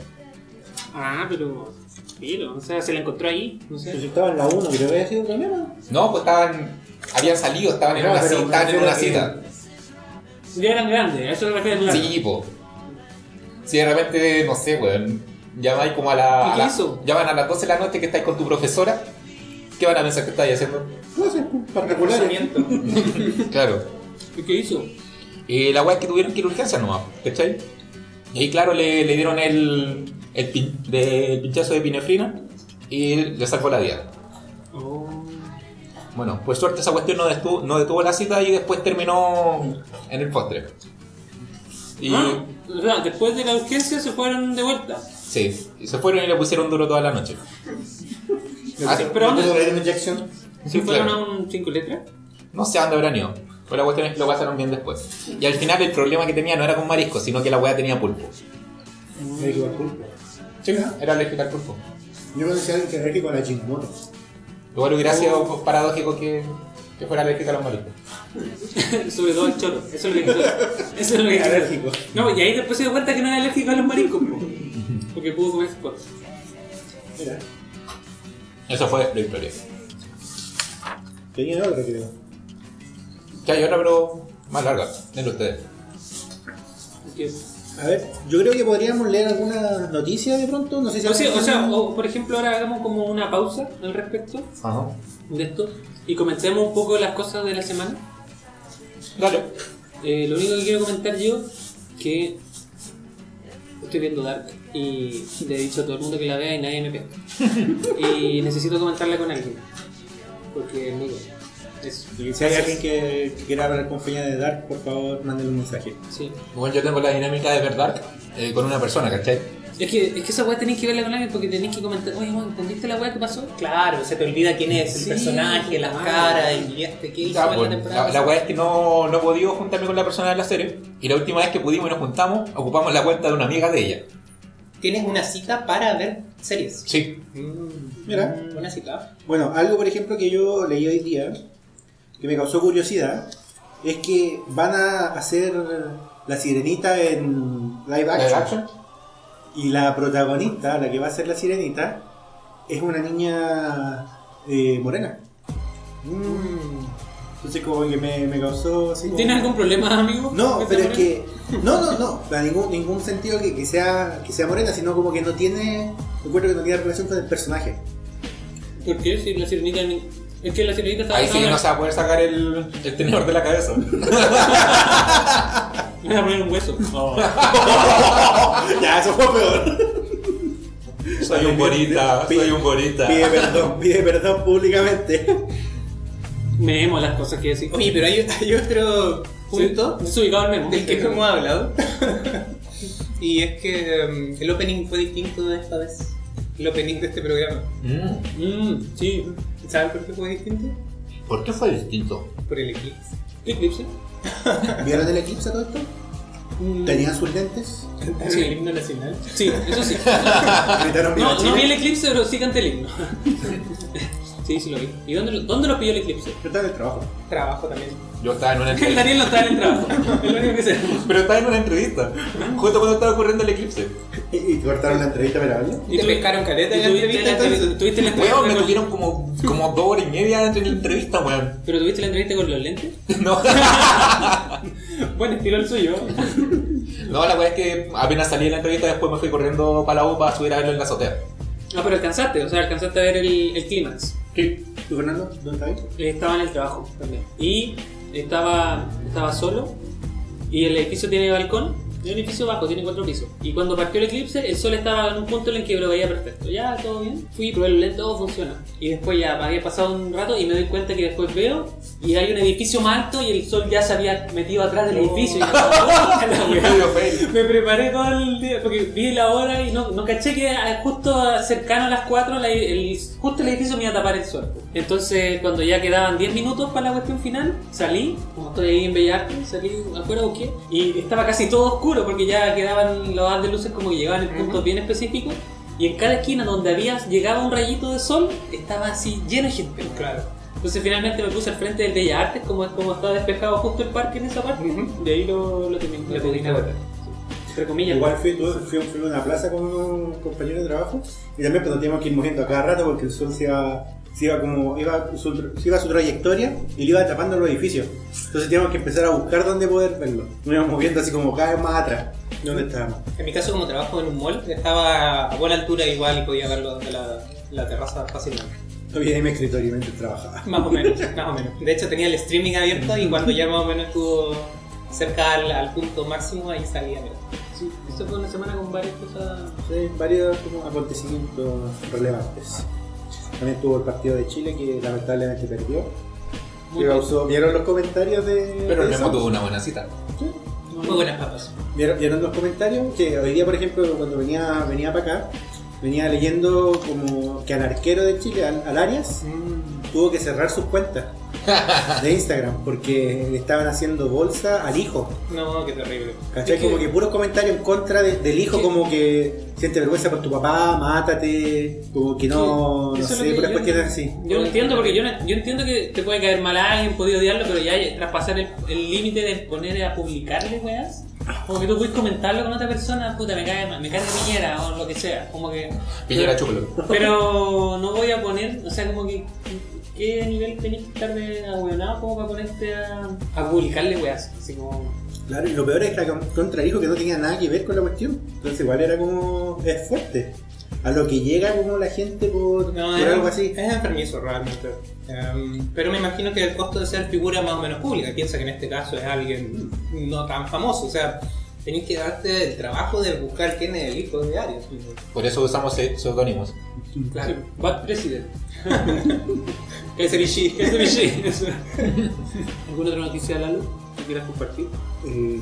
Speaker 2: Ah, pero. Pero, o sea, se la encontró ahí. No
Speaker 1: Pues
Speaker 2: sé.
Speaker 1: yo estaba en la 1, pero había sido primero.
Speaker 3: No, pues estaban. Habían salido, estaban en
Speaker 1: No,
Speaker 3: una
Speaker 1: pero me
Speaker 3: cita. Estaban en
Speaker 1: refiero
Speaker 3: una
Speaker 1: a que-
Speaker 3: cita.
Speaker 2: Ya eran grandes, a eso me refiero claro.
Speaker 3: Sí, po. Si de repente, no sé, weón. Llamáis como a la.
Speaker 2: ¿Y
Speaker 3: a
Speaker 2: qué
Speaker 3: la-
Speaker 2: hizo?
Speaker 3: Llaman a las 12 de la noche que estáis con tu profesora. ¿Qué van a pensar que estáis haciendo?
Speaker 1: No sé, pues, particulares.
Speaker 3: claro.
Speaker 2: ¿Y qué hizo?
Speaker 3: Y la weá es que tuvieron que ir a urgencia nomás, ¿cachai? Y ahí, claro, le, le dieron el. El, pin- de- el pinchazo de pinefrina y le salvó la vida.
Speaker 2: Oh.
Speaker 3: Bueno, pues suerte esa cuestión no detuvo, no detuvo la cita y después terminó en el postre. Y.
Speaker 2: Ah, o sea, después de la urgencia se fueron de vuelta.
Speaker 3: Sí, y se fueron y le pusieron duro toda la noche. Ah, sí,
Speaker 2: pero-
Speaker 1: ¿Dónde la inyección?
Speaker 2: ¿Se
Speaker 3: Sí,
Speaker 2: fueron
Speaker 3: claro.
Speaker 2: a un cinco letras?
Speaker 3: No sé a dónde habrán ido. Pero la cuestión es que lo pasaron bien después. Y al final el problema que tenía no era con marisco, sino que la weá tenía pulpo.
Speaker 1: Me dijo la culpa.
Speaker 3: Sí, era alérgica al pulpo.
Speaker 1: Yo conocí a alguien que era alérgico a la chingona.
Speaker 3: Igual hubiera sido paradójico que, que fuera alérgica a los mariscos.
Speaker 2: Sobre todo al choro. Eso es lo que quiso. Eso es lo que quiso.
Speaker 1: Alérgico.
Speaker 2: No, y ahí después se dio cuenta que no era alérgico a los mariscos. po. Porque pudo comer sus cosas.
Speaker 1: Mira,
Speaker 3: Eso fue la historia.
Speaker 1: tenía otro, creo.
Speaker 3: Ya hay otra, pero más larga. Denle ustedes.
Speaker 2: Porque-
Speaker 1: A ver, yo creo que podríamos leer alguna noticia de pronto. No sé si
Speaker 2: O sea, o,
Speaker 1: alguien-
Speaker 2: sea, o, por ejemplo, ahora hagamos como una pausa al respecto
Speaker 3: Ajá.
Speaker 2: de esto y comencemos un poco las cosas de la semana.
Speaker 3: Dale.
Speaker 2: Eh, lo único que quiero comentar yo que estoy viendo Dark y le he dicho a todo el mundo que la vea y nadie me pesca. y necesito comentarla con alguien. Porque es muy buena. Eso.
Speaker 1: Si hay alguien que, que quiera hablar con Feña de Dark, por favor, mándale un mensaje.
Speaker 2: Sí.
Speaker 3: Bueno, yo tengo la dinámica de ver Dark eh, con una persona, ¿cachai?
Speaker 2: Es que, es que esa weá tenéis que verla con alguien porque tenéis que comentar, oye, weón, ¿entendiste la weá que pasó?
Speaker 4: Claro, se te olvida quién es el
Speaker 2: Sí,
Speaker 4: personaje, las
Speaker 2: claro.
Speaker 4: caras, y este que hizo
Speaker 3: Ya,
Speaker 4: en
Speaker 3: pues,
Speaker 4: la
Speaker 3: la,
Speaker 4: temporada.
Speaker 3: la weá es que no, no he podido juntarme con la persona de la serie. Y la última vez que pudimos y nos juntamos, ocupamos la cuenta de una amiga de ella.
Speaker 4: Tienes una cita para ver series.
Speaker 3: Sí.
Speaker 4: Mm.
Speaker 1: Mira.
Speaker 4: Una cita.
Speaker 1: Bueno, algo por ejemplo que yo leí hoy día, que me causó curiosidad, es que van a hacer la sirenita en live action.
Speaker 3: ¿Live action?
Speaker 1: Y la protagonista, la que va a ser la sirenita, es una niña eh, morena.
Speaker 2: Mm.
Speaker 1: Entonces como que me, me causó así como-
Speaker 2: ¿Tienes algún problema, amigo?
Speaker 1: No,
Speaker 2: ¿Con
Speaker 1: pero es
Speaker 2: esta weá?
Speaker 1: que... No, no, no. da ningún, ningún sentido que, que sea, que sea morena, sino como que no tiene... Recuerdo que no tiene relación con el personaje.
Speaker 2: ¿Por qué? Si la sirenita. ni- Es que la sirenita estaba.
Speaker 3: Ahí sí que no se va a poder sacar el, el tenedor de la cabeza.
Speaker 2: Me voy a poner un hueso.
Speaker 1: Oh. ya, eso fue peor.
Speaker 3: Soy un bonita, soy un bonita.
Speaker 1: Pide perdón, pide perdón públicamente.
Speaker 2: Me emo las cosas que decís.
Speaker 4: Oye, pero hay, hay otro punto
Speaker 2: Sí, Desubicado el memo.
Speaker 4: del que no hemos hablado. y es que em, el opening fue distinto de esta vez. El opening de este programa.
Speaker 3: Mm.
Speaker 2: Mm, sí.
Speaker 4: ¿Saben por qué fue distinto?
Speaker 5: ¿Por qué fue distinto?
Speaker 4: Por el eclipse. ¿Eclipse?
Speaker 1: ¿Vieron el eclipse todo esto?
Speaker 4: Mm,
Speaker 1: ¿Tenían sus lentes?
Speaker 4: Sí, el himno nacional.
Speaker 2: Sí, eso sí.
Speaker 1: ¿Gritaron viva
Speaker 2: No, no vi
Speaker 1: Chile?
Speaker 2: el eclipse, pero sí canté el himno. Sí, sí lo vi. ¿Y dónde, lo- dónde lo pilló el eclipse?
Speaker 1: Yo estaba en el trabajo.
Speaker 4: Trabajo también.
Speaker 3: Yo estaba en una entrevista.
Speaker 2: Daniel no estaba en el trabajo. Es lo único que sé.
Speaker 3: Pero estaba en una entrevista. Justo cuando estaba ocurriendo el eclipse.
Speaker 1: ¿Y, y cortaron la entrevista para verlo?
Speaker 2: ¿Y
Speaker 4: ¿Y te
Speaker 2: tú-
Speaker 4: pescaron careta en
Speaker 2: ¿Y
Speaker 4: la
Speaker 2: tuviste
Speaker 4: entrevista
Speaker 2: la,
Speaker 4: entonces?
Speaker 2: entrevista- tuviste la entrevista
Speaker 3: Weón, me
Speaker 2: con-
Speaker 3: tuvieron como, como dos horas y media entre la entrevista, weón.
Speaker 2: ¿Pero tuviste la entrevista con los lentes?
Speaker 3: No,
Speaker 2: Bueno, estilo el suyo.
Speaker 3: no la weá es que apenas salí de la entrevista después me fui corriendo para la U para subir a verlo en la azotea.
Speaker 2: No, pero alcanzaste, o sea, alcanzaste a ver el, el clímax.
Speaker 1: ¿Qué? ¿Tú, Fernando? ¿Dónde estabas?
Speaker 2: Estaba en el trabajo también. Y estaba, estaba solo. Y el edificio tiene balcón. Es un edificio bajo, tiene cuatro pisos. Y cuando partió el eclipse, el sol estaba en un punto en el que lo veía perfecto. Ya, todo bien. Fui, probé el lente, todo funciona. Y después ya había pasado un rato y me doy cuenta que después veo y hay un edificio más alto y el sol ya se había metido atrás del edificio. Y yo, "Oh, la wea".
Speaker 3: Medio fail.
Speaker 2: Me preparé todo el día porque vi la hora y no, no caché que a- justo cercano a las 4 la- el- justo el edificio me iba a tapar el sol. Entonces cuando ya quedaban 10 minutos para la cuestión final, salí, como estoy ahí en Bellarte, salí afuera o qué, y estaba casi todo oscuro porque ya quedaban los haz de luces como que llegaban en puntos bien específicos. Y en cada esquina donde había llegaba un rayito de sol, estaba así lleno de gente.
Speaker 4: Claro.
Speaker 2: Entonces finalmente me puse al frente del Bellas Artes, como, como estaba despejado justo el parque en esa parte. De ahí lo, lo terminé.
Speaker 4: Lo
Speaker 2: lo terminé
Speaker 4: terminaste.
Speaker 2: de ver. Sí. Entre comillas.
Speaker 1: Igual fui, tuve- fui, fui a una plaza con un compañero de trabajo y también pues, nos teníamos que ir moviendo a cada rato porque el sol se iba, se iba como iba su, se iba a su trayectoria y le iba tapando los edificios. Entonces teníamos que empezar a buscar dónde poder verlo. Nos íbamos moviendo así como cada vez más atrás. ¿Dónde estábamos?
Speaker 4: En mi caso, como trabajo en un mall, estaba a buena altura igual y podía verlo desde la, la terraza fácilmente.
Speaker 1: Todavía en mi escritorio mientras trabajaba.
Speaker 4: Más o menos, más o menos. De hecho, tenía el streaming abierto y cuando ya más o menos estuvo cerca al, al punto máximo, ahí salía. mira.
Speaker 2: Sí, esto fue una semana con varias cosas.
Speaker 1: Sí, varios como, acontecimientos relevantes. También tuvo el partido de Chile que lamentablemente perdió.
Speaker 2: Muy
Speaker 1: Que causó- ¿Vieron los comentarios de.?
Speaker 3: Pero el
Speaker 1: de
Speaker 3: Memo
Speaker 1: eso?
Speaker 3: tuvo una buena cita.
Speaker 1: Sí.
Speaker 4: Muy buenas papas.
Speaker 1: ¿Vieron, vieron los comentarios? Que hoy día, por ejemplo, cuando venía, venía para acá, venía leyendo como que al arquero de Chile, al, al Arias,
Speaker 4: Mm.
Speaker 1: tuvo que cerrar sus cuentas de Instagram porque le estaban haciendo bolsa al hijo.
Speaker 4: No, qué terrible.
Speaker 1: ¿Cachai?
Speaker 2: Es que-
Speaker 1: Como que puros comentarios en contra de- del hijo,
Speaker 2: Sí.
Speaker 1: como que siente vergüenza por tu papá, mátate, como que no,
Speaker 2: Sí,
Speaker 1: no
Speaker 2: eso es lo
Speaker 1: sé,
Speaker 2: que
Speaker 1: puras
Speaker 2: yo-
Speaker 1: cuestiones así.
Speaker 2: Yo lo entiendo porque yo, no- yo entiendo que te puede caer mal a alguien, podía odiarlo, pero ya traspasar el el límite de poner a publicarle weas. Como que tú puedes comentarlo con otra persona, puta, me cae mal, me cae de piñera o lo que sea. Como que.
Speaker 3: Pillera chulo.
Speaker 2: Pero no voy a poner, o sea, como que. ¿Qué nivel tenés que estar de ahueonado como para ponerte a, a publicarle weas? Así como.
Speaker 1: Claro, y lo peor es que era contra hijo que no tenía nada que ver con la cuestión. Entonces igual era como... es fuerte. A lo que llega como la gente por,
Speaker 4: No,
Speaker 1: por
Speaker 4: es,
Speaker 1: algo así.
Speaker 4: es enfermizo realmente. Em, pero me imagino que el costo de ser figura más o menos pública, piensa que en este caso es alguien no tan famoso, o sea, tenés que darte el trabajo de buscar quién es el hijo de Arias.
Speaker 3: Por eso usamos se- seudónimos.
Speaker 2: Claro, bad president.
Speaker 4: SBG.
Speaker 2: SBG. eso. ¿Alguna otra noticia de la luz que quieras compartir?
Speaker 1: Eh,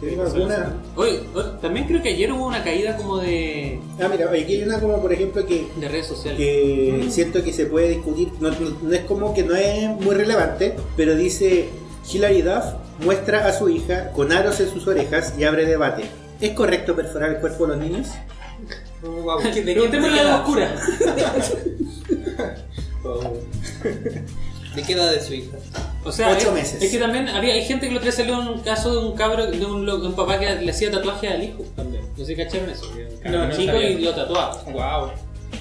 Speaker 1: ¿tengo alguna?
Speaker 2: Oye, o- también creo que ayer hubo una caída como de,
Speaker 1: Ah, mira, oye, aquí hay una como por ejemplo que,
Speaker 2: de redes sociales.
Speaker 1: que siento que se puede discutir. No, no- no es como que no es muy relevante, pero dice Hilary Duff muestra a su hija con aros en sus orejas y abre debate. ¿Es correcto perforar el cuerpo de los niños?
Speaker 4: Wow, ¿de qué- de
Speaker 2: Preguntémosle
Speaker 4: qué
Speaker 2: a la
Speaker 4: edad?
Speaker 2: oscura.
Speaker 4: Wow. ¿De qué edad de su hija?
Speaker 2: O sea,
Speaker 1: Ocho
Speaker 2: es,
Speaker 1: meses.
Speaker 2: es que también había hay gente que lo otro día salió un caso de un cabro, de un, lo- un papá que le hacía tatuaje al hijo también. No sé si cacharon eso. que era un cabro
Speaker 4: No, no
Speaker 2: chico
Speaker 4: sabía.
Speaker 2: y lo tatuaba.
Speaker 4: Wow.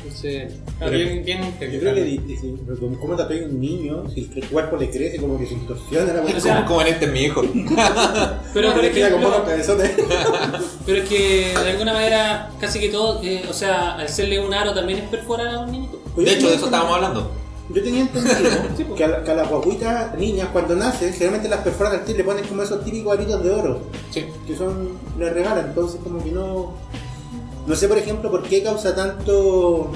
Speaker 2: Entonces,
Speaker 4: Bien, bien
Speaker 1: Yo creo que di- dice, pero como- ¿cómo tatué a un niño? Si el cuerpo le crece, como que se distorsiona la
Speaker 2: O
Speaker 1: cuestión.
Speaker 2: sea,
Speaker 3: Como en este es mi hijo.
Speaker 2: pero
Speaker 1: No,
Speaker 2: por
Speaker 1: le queda como
Speaker 2: ejemplo,
Speaker 1: unos cabezones.
Speaker 2: Pero es que de alguna manera casi que todo, eh, o sea, al serle un aro también es perforar a un niñito.
Speaker 3: De hecho, de eso estábamos hablando.
Speaker 1: Yo tenía entendido
Speaker 2: Sí, pues.
Speaker 1: que, a, la- que a las guaguitas niñas cuando nacen, generalmente las perforan al tiro y le ponen como esos típicos aritos de oro,
Speaker 3: Sí.
Speaker 1: que son, les regalan, entonces como que no... No sé, por ejemplo, por qué causa tanto,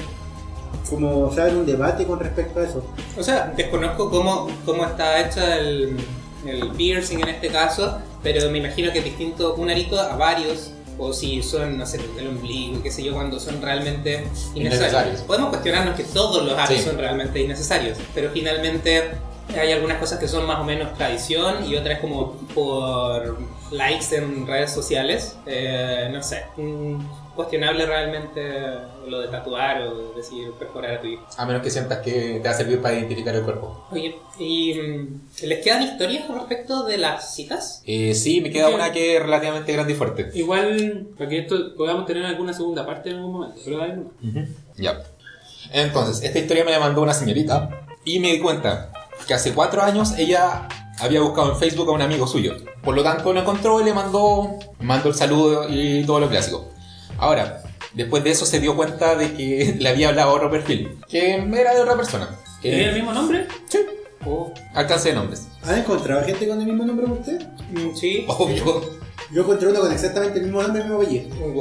Speaker 1: como, ¿saben? Un debate con respecto a eso.
Speaker 4: O sea, desconozco cómo, cómo está hecha el, el piercing en este caso, pero me imagino que es distinto un arito a varios, o si son, no sé, el ombligo, qué sé yo, cuando son realmente innecesarios.
Speaker 3: Innecesarios.
Speaker 4: Podemos cuestionarnos que todos los aros
Speaker 3: Sí.
Speaker 4: son realmente innecesarios, pero finalmente hay algunas cosas que son más o menos tradición y otras como por likes en redes sociales. Eh, no sé, mm, cuestionable realmente lo de tatuar o decir perforar a tu hijo.
Speaker 3: A menos que sientas que te va a servir para identificar el cuerpo.
Speaker 4: Oye, ¿y mm, les quedan historias respecto de las citas?
Speaker 3: Eh, sí, me queda una que es relativamente grande y fuerte.
Speaker 2: Igual, para que esto podamos tener alguna segunda parte en algún momento, pero hay una.
Speaker 3: Ya. Entonces, esta historia me la mandó una señorita y me di cuenta que hace cuatro años ella había buscado en Facebook a un amigo suyo. Por lo tanto, lo encontró y le mandó, mandó el saludo y todo lo clásico. Ahora, después de eso se dio cuenta de que le había hablado a otro perfil, que era de otra persona.
Speaker 2: ¿Tiene
Speaker 3: Eh,
Speaker 2: el mismo nombre?
Speaker 3: sí,
Speaker 2: Oh.
Speaker 3: alcance de nombres.
Speaker 1: ¿Han encontrado gente con el mismo nombre que usted?
Speaker 4: sí.
Speaker 3: Obvio.
Speaker 1: Yo encontré uno con exactamente el mismo nombre y el mismo apellido.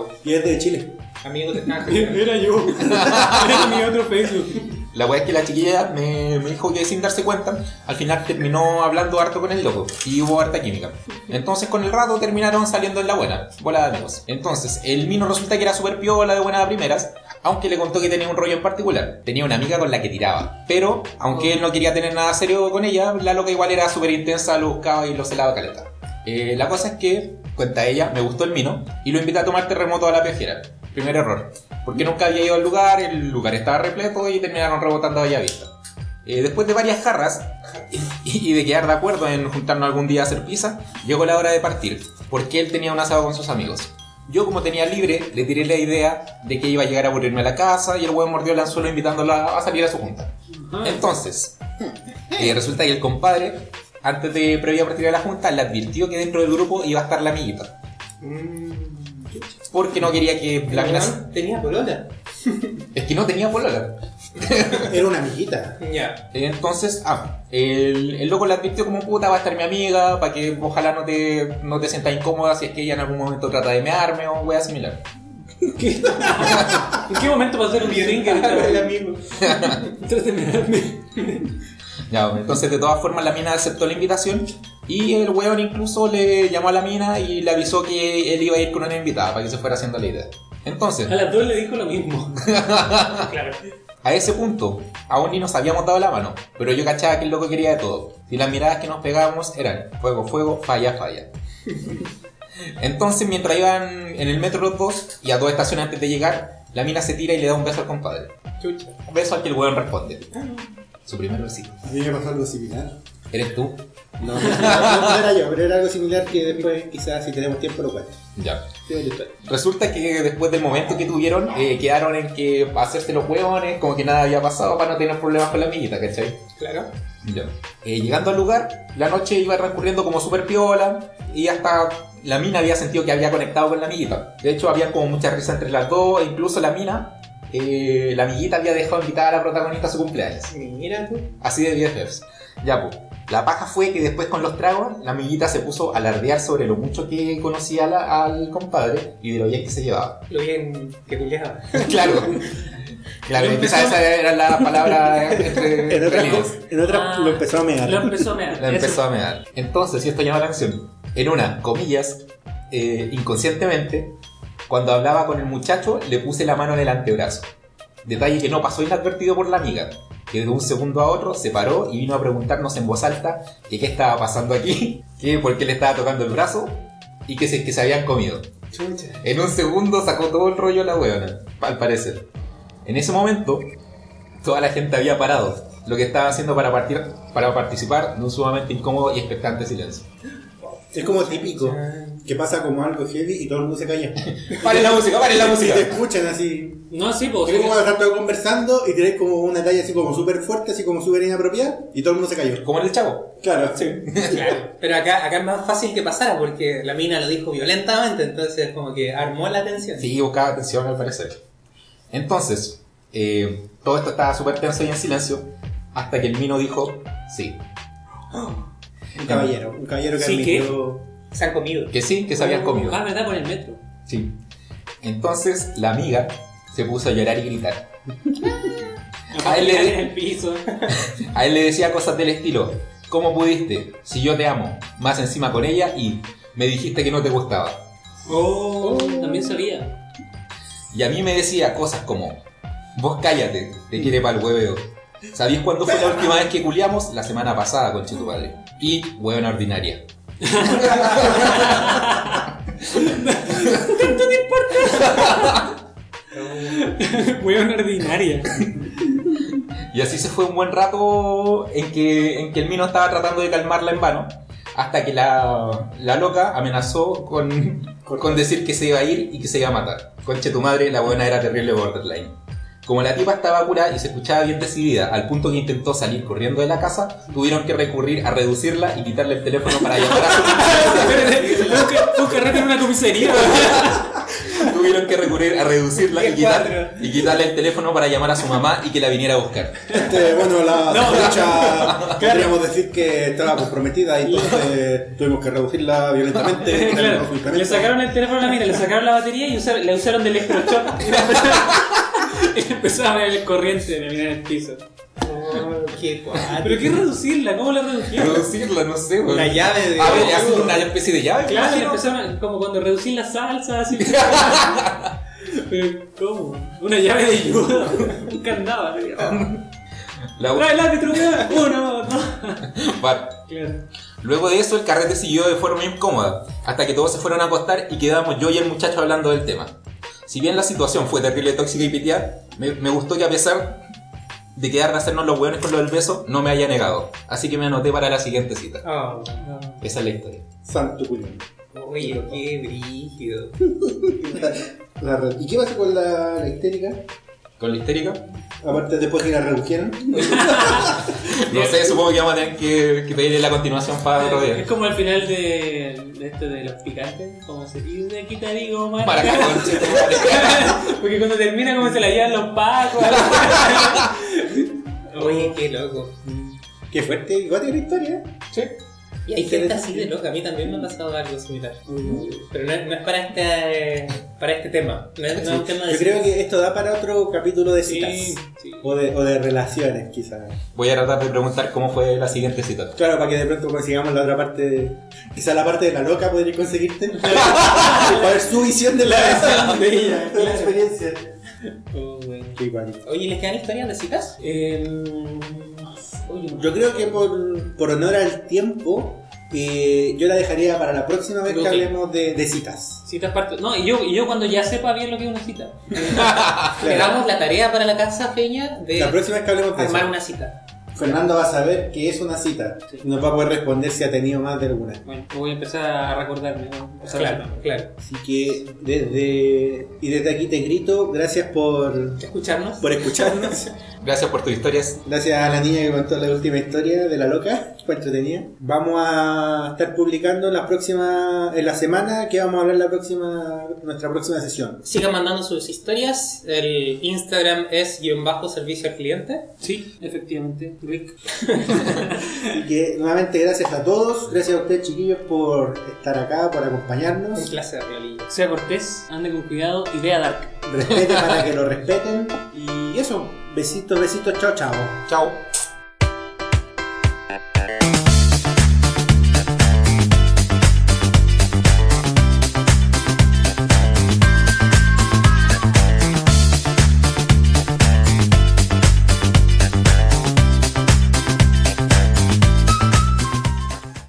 Speaker 4: Wow,
Speaker 1: Y es de Chile.
Speaker 4: amigo te están
Speaker 2: Era yo. Era mi otro Facebook.
Speaker 3: La wea es que la chiquilla me, me dijo que sin darse cuenta, al final terminó hablando harto con el loco y hubo harta química. Entonces con el rato terminaron saliendo en la buena, bola de amigos. Entonces el mino resulta que era súper piola de buenas a primeras, aunque le contó que tenía un rollo en particular. Tenía una amiga con la que tiraba, pero aunque él no quería tener nada serio con ella, la loca igual era súper intensa, lo buscaba y lo celaba caleta. Eh, la cosa es que, cuenta ella, me gustó el mino y lo invité a tomar terremoto a la pejera. Primer error. Porque nunca había ido al lugar, el lugar estaba repleto y terminaron rebotando a Bella Vista. Eh, después de varias jarras y, y de quedar de acuerdo en juntarnos algún día a hacer pizza, llegó la hora de partir, porque él tenía un asado con sus amigos. Yo, como tenía libre, le tiré la idea de que iba a llegar a aburrirme a la casa y el huevo mordió el anzuelo invitándola a salir a su junta.
Speaker 2: Ah,
Speaker 3: Entonces, eh, resulta que el compadre, antes de previa partida de la junta, le advirtió que dentro del grupo iba a estar la amiguita. Porque no quería que la mina... se-
Speaker 4: Tenía polola.
Speaker 3: Es que no tenía polola.
Speaker 1: Era una amiguita.
Speaker 4: Ya.
Speaker 3: Entonces, ah, el, el loco le advirtió como puta, va a estar mi amiga, para que ojalá no te, no te sientas incómoda si es que ella en algún momento trata de mearme o wea similar.
Speaker 2: ¿En qué momento va a ser un swinger?
Speaker 4: El
Speaker 2: Entonces
Speaker 4: amigo.
Speaker 2: me-
Speaker 3: Ya, entonces de todas formas la mina aceptó la invitación y el weón incluso le llamó a la mina y le avisó que él iba a ir con una invitada para que se fuera haciendo la idea. Entonces,
Speaker 2: A las dos le dijo lo mismo. claro.
Speaker 3: a ese punto, aún ni nos habíamos dado la mano, pero yo cachaba que el loco quería de todo. Y las miradas que nos pegábamos eran fuego, fuego, falla, falla. Entonces, mientras iban en el metro los dos y a dos estaciones antes de llegar, la mina se tira y le da un beso al compadre.
Speaker 2: Chucha.
Speaker 3: Un beso al que el weón responde. Su primer besito.
Speaker 1: A mí me pasó algo similar.
Speaker 3: ¿Eres tú?
Speaker 1: No, no, no era yo, pero era algo similar que después, quizás, si tenemos tiempo, lo cuento.
Speaker 3: Ya.
Speaker 1: Sí, vale, espera.
Speaker 3: Resulta que después del momento que tuvieron, eh, quedaron en que hacerse los huevones, como que nada había pasado para no tener problemas con la amiguita, ¿cachai?
Speaker 4: Claro.
Speaker 3: Ya. Eh, llegando al lugar, la noche iba transcurriendo como super piola y hasta la mina había sentido que había conectado con la amiguita. De hecho, había como mucha risa entre las dos, e incluso la mina, eh, la amiguita había dejado invitada a la protagonista a su cumpleaños.
Speaker 4: Mira tú.
Speaker 3: Así de BFFs. Ya, pues. La paja fue que después con los tragos, la amiguita se puso a alardear sobre lo mucho que conocía a la- al compadre y de lo bien que se llevaba.
Speaker 4: Lo bien que culiaba.
Speaker 3: Claro. Claro,
Speaker 2: Lo
Speaker 3: quizás esa era la palabra entre
Speaker 1: En otras,
Speaker 3: líneas.
Speaker 1: cos- en otras
Speaker 2: Ah.
Speaker 1: lo empezó a mear.
Speaker 2: Lo empezó a mear.
Speaker 3: La empezó a mear. Entonces, y esto llama la atención, en una, comillas, eh, inconscientemente, cuando hablaba con el muchacho, le puse la mano en el antebrazo. Detalle que no pasó inadvertido por la amiga, que de un segundo a otro se paró y vino a preguntarnos en voz alta que qué estaba pasando aquí, que por qué le estaba tocando el brazo y que se, que se habían comido.
Speaker 4: Chucha.
Speaker 3: En un segundo sacó todo el rollo la huevona, al parecer. En ese momento, toda la gente había parado, lo que estaba haciendo para, partir, para participar de un sumamente incómodo y expectante silencio.
Speaker 1: Es como típico, que pasa como algo heavy y todo el mundo se calla.
Speaker 3: ¡Paren la música, paren la
Speaker 1: Y
Speaker 3: música!
Speaker 1: te escuchan así.
Speaker 2: No, sí, pues.
Speaker 1: Es como cuando estás todo conversando y tenés como una talla así como súper fuerte, así como súper inapropiada y todo el mundo se cayó.
Speaker 3: Como en el chavo.
Speaker 1: Claro, sí.
Speaker 4: Claro. Pero acá, acá es más fácil que pasara porque la mina lo dijo violentamente, entonces como que armó la atención.
Speaker 3: Sí, buscaba atención al parecer. Entonces, eh, todo esto estaba súper tenso y en silencio, hasta que el mino dijo, sí,
Speaker 1: Un caballero, un caballero que
Speaker 2: Sí, ¿qué?
Speaker 1: admitió.
Speaker 4: Se han comido.
Speaker 3: que sí, que se habían comido.
Speaker 2: Ah, verdad, por el metro.
Speaker 3: Sí. Entonces, la amiga se puso a llorar y gritar.
Speaker 2: A
Speaker 3: él
Speaker 2: él
Speaker 3: le-
Speaker 2: le el piso.
Speaker 3: A él le decía cosas del estilo, ¿cómo pudiste? Si yo te amo, más encima con ella y me dijiste que no te gustaba.
Speaker 2: Oh, también sabía.
Speaker 3: Y a mí me decía cosas como, vos cállate, te quiere para el hueveo. ¿Sabías cuándo fue la última vez que culiamos? La semana pasada, con tu padre. Y huevona ordinaria.
Speaker 2: Weón ordinaria.
Speaker 3: Y así se fue un buen rato en que, en que el mino estaba tratando de calmarla en vano. Hasta que la, la loca amenazó con, con decir que se iba a ir y que se iba a matar. Conche tu madre, la buena era terrible borderline. Como la tipa estaba curada y se escuchaba bien decidida, al punto que intentó salir corriendo de la casa, tuvieron que recurrir a reducirla y quitarle el teléfono para llamar a su
Speaker 2: busca, busca rápido en una comisaría.
Speaker 3: Tuvieron que recurrir a reducirla y,
Speaker 4: Qué
Speaker 3: quitar-
Speaker 4: cuatro.
Speaker 3: y quitarle el teléfono para llamar a su mamá y que la viniera a buscar.
Speaker 1: Este, bueno, la sospecha podríamos decir que estaba comprometida y entonces tuvimos que reducirla violentamente. quitarle
Speaker 2: Claro,
Speaker 1: los
Speaker 2: le
Speaker 1: medicamentos.
Speaker 2: sacaron el teléfono a la mina, le sacaron la batería y usaron, la usaron de electrochoc. Y la empezaron- y empezaba a ver el corriente de la mina en el piso.
Speaker 4: Oh, qué cuático.
Speaker 2: Pero qué reducirla, ¿cómo la redujeron?
Speaker 3: Reducirla, no sé, weón.
Speaker 4: Una llave de.
Speaker 3: A ver, así una especie de llave.
Speaker 2: Claro,
Speaker 3: me
Speaker 2: le
Speaker 3: imagino.
Speaker 2: empezaron a- como cuando reducís la salsa, así. Pero, ¿Cómo? Una llave de ayuda, un candado. así.
Speaker 3: La
Speaker 2: Trae el árbitro, weón. uno, dos.
Speaker 3: Bar.
Speaker 2: Claro.
Speaker 3: Luego de eso, el carrete siguió de forma incómoda, hasta que todos se fueron a acostar y quedamos yo y el muchacho hablando del tema. Si bien la situación fue terrible, tóxica y piteada, me, me gustó que a pesar de quedar de hacernos los hueones con lo del beso, no me haya negado. Así que me anoté para la siguiente cita.
Speaker 2: Ah,
Speaker 4: Oh,
Speaker 3: Esa es la historia.
Speaker 1: Santo culión.
Speaker 4: oye, qué brígido.
Speaker 1: La red. ¿Y qué pasó con la, la histérica?
Speaker 3: ¿Con la histérica?
Speaker 1: Aparte, después que la redujeron.
Speaker 3: No sé, supongo que vamos a tener que, que pedirle la continuación para Ah, otro día.
Speaker 2: Es como al final de, de esto de los picantes, como se y de aquí te digo, marca.
Speaker 3: Para acá, conche, tu madre.
Speaker 2: Porque cuando termina como se la llevan los pacos.
Speaker 4: Oye, qué loco.
Speaker 1: Qué fuerte, igual tiene historia.
Speaker 4: Y hay gente así de loca. A mí también me ha pasado algo similar. Pero no, es- no es para este, para este tema. No es, no es un tema de.
Speaker 1: Yo creo que esto da para otro capítulo de citas.
Speaker 2: Sí, sí.
Speaker 1: O, de, o de relaciones, quizás.
Speaker 3: Voy a tratar de preguntar cómo fue la siguiente cita.
Speaker 1: Claro, para que de pronto consigamos la otra parte. de- Quizá la parte de la loca podría conseguirte. para ver su visión de la, de ella, de la experiencia.
Speaker 4: Oh, bueno.
Speaker 1: Qué igual.
Speaker 4: Oye, ¿les quedan historias de citas?
Speaker 2: Em, oye,
Speaker 1: Yo creo que por, por honor al tiempo, eh, yo la dejaría para la próxima vez
Speaker 2: Ok.
Speaker 1: que hablemos de, de citas.
Speaker 2: citas parto. No, y yo, y yo cuando ya sepa bien lo que es una cita.
Speaker 4: Le damos la tarea para la casa, Peña, de
Speaker 1: La próxima vez que hablemos de
Speaker 4: armar
Speaker 1: eso,
Speaker 4: una cita.
Speaker 1: Fernando va a saber que es una cita.
Speaker 2: Sí.
Speaker 1: Nos va a poder responder si ha tenido más de alguna.
Speaker 2: Bueno, voy a empezar a recordarme. voy a empezar a-
Speaker 4: Claro, claro.
Speaker 1: Así que desde y desde aquí te grito, gracias por,
Speaker 4: Escucharnos.
Speaker 1: por escucharnos.
Speaker 3: Gracias por tus historias.
Speaker 1: Gracias a la niña que contó la última historia de la loca, fue entretenida. Vamos a estar publicando la próxima, en la semana que vamos a hablar la próxima, nuestra próxima sesión.
Speaker 4: Sigan mandando sus historias. El Instagram es guión bajo servicio al cliente.
Speaker 2: Sí, efectivamente, Rick.
Speaker 1: Así que nuevamente gracias a todos, gracias a ustedes chiquillos por estar acá, por acompañarnos.
Speaker 4: Un placer, Loli.
Speaker 2: Sea cortés, ande con cuidado y vea Dark.
Speaker 1: Respeten para que lo respeten. Y eso, besitos, besitos, chao, chao.
Speaker 3: Chao.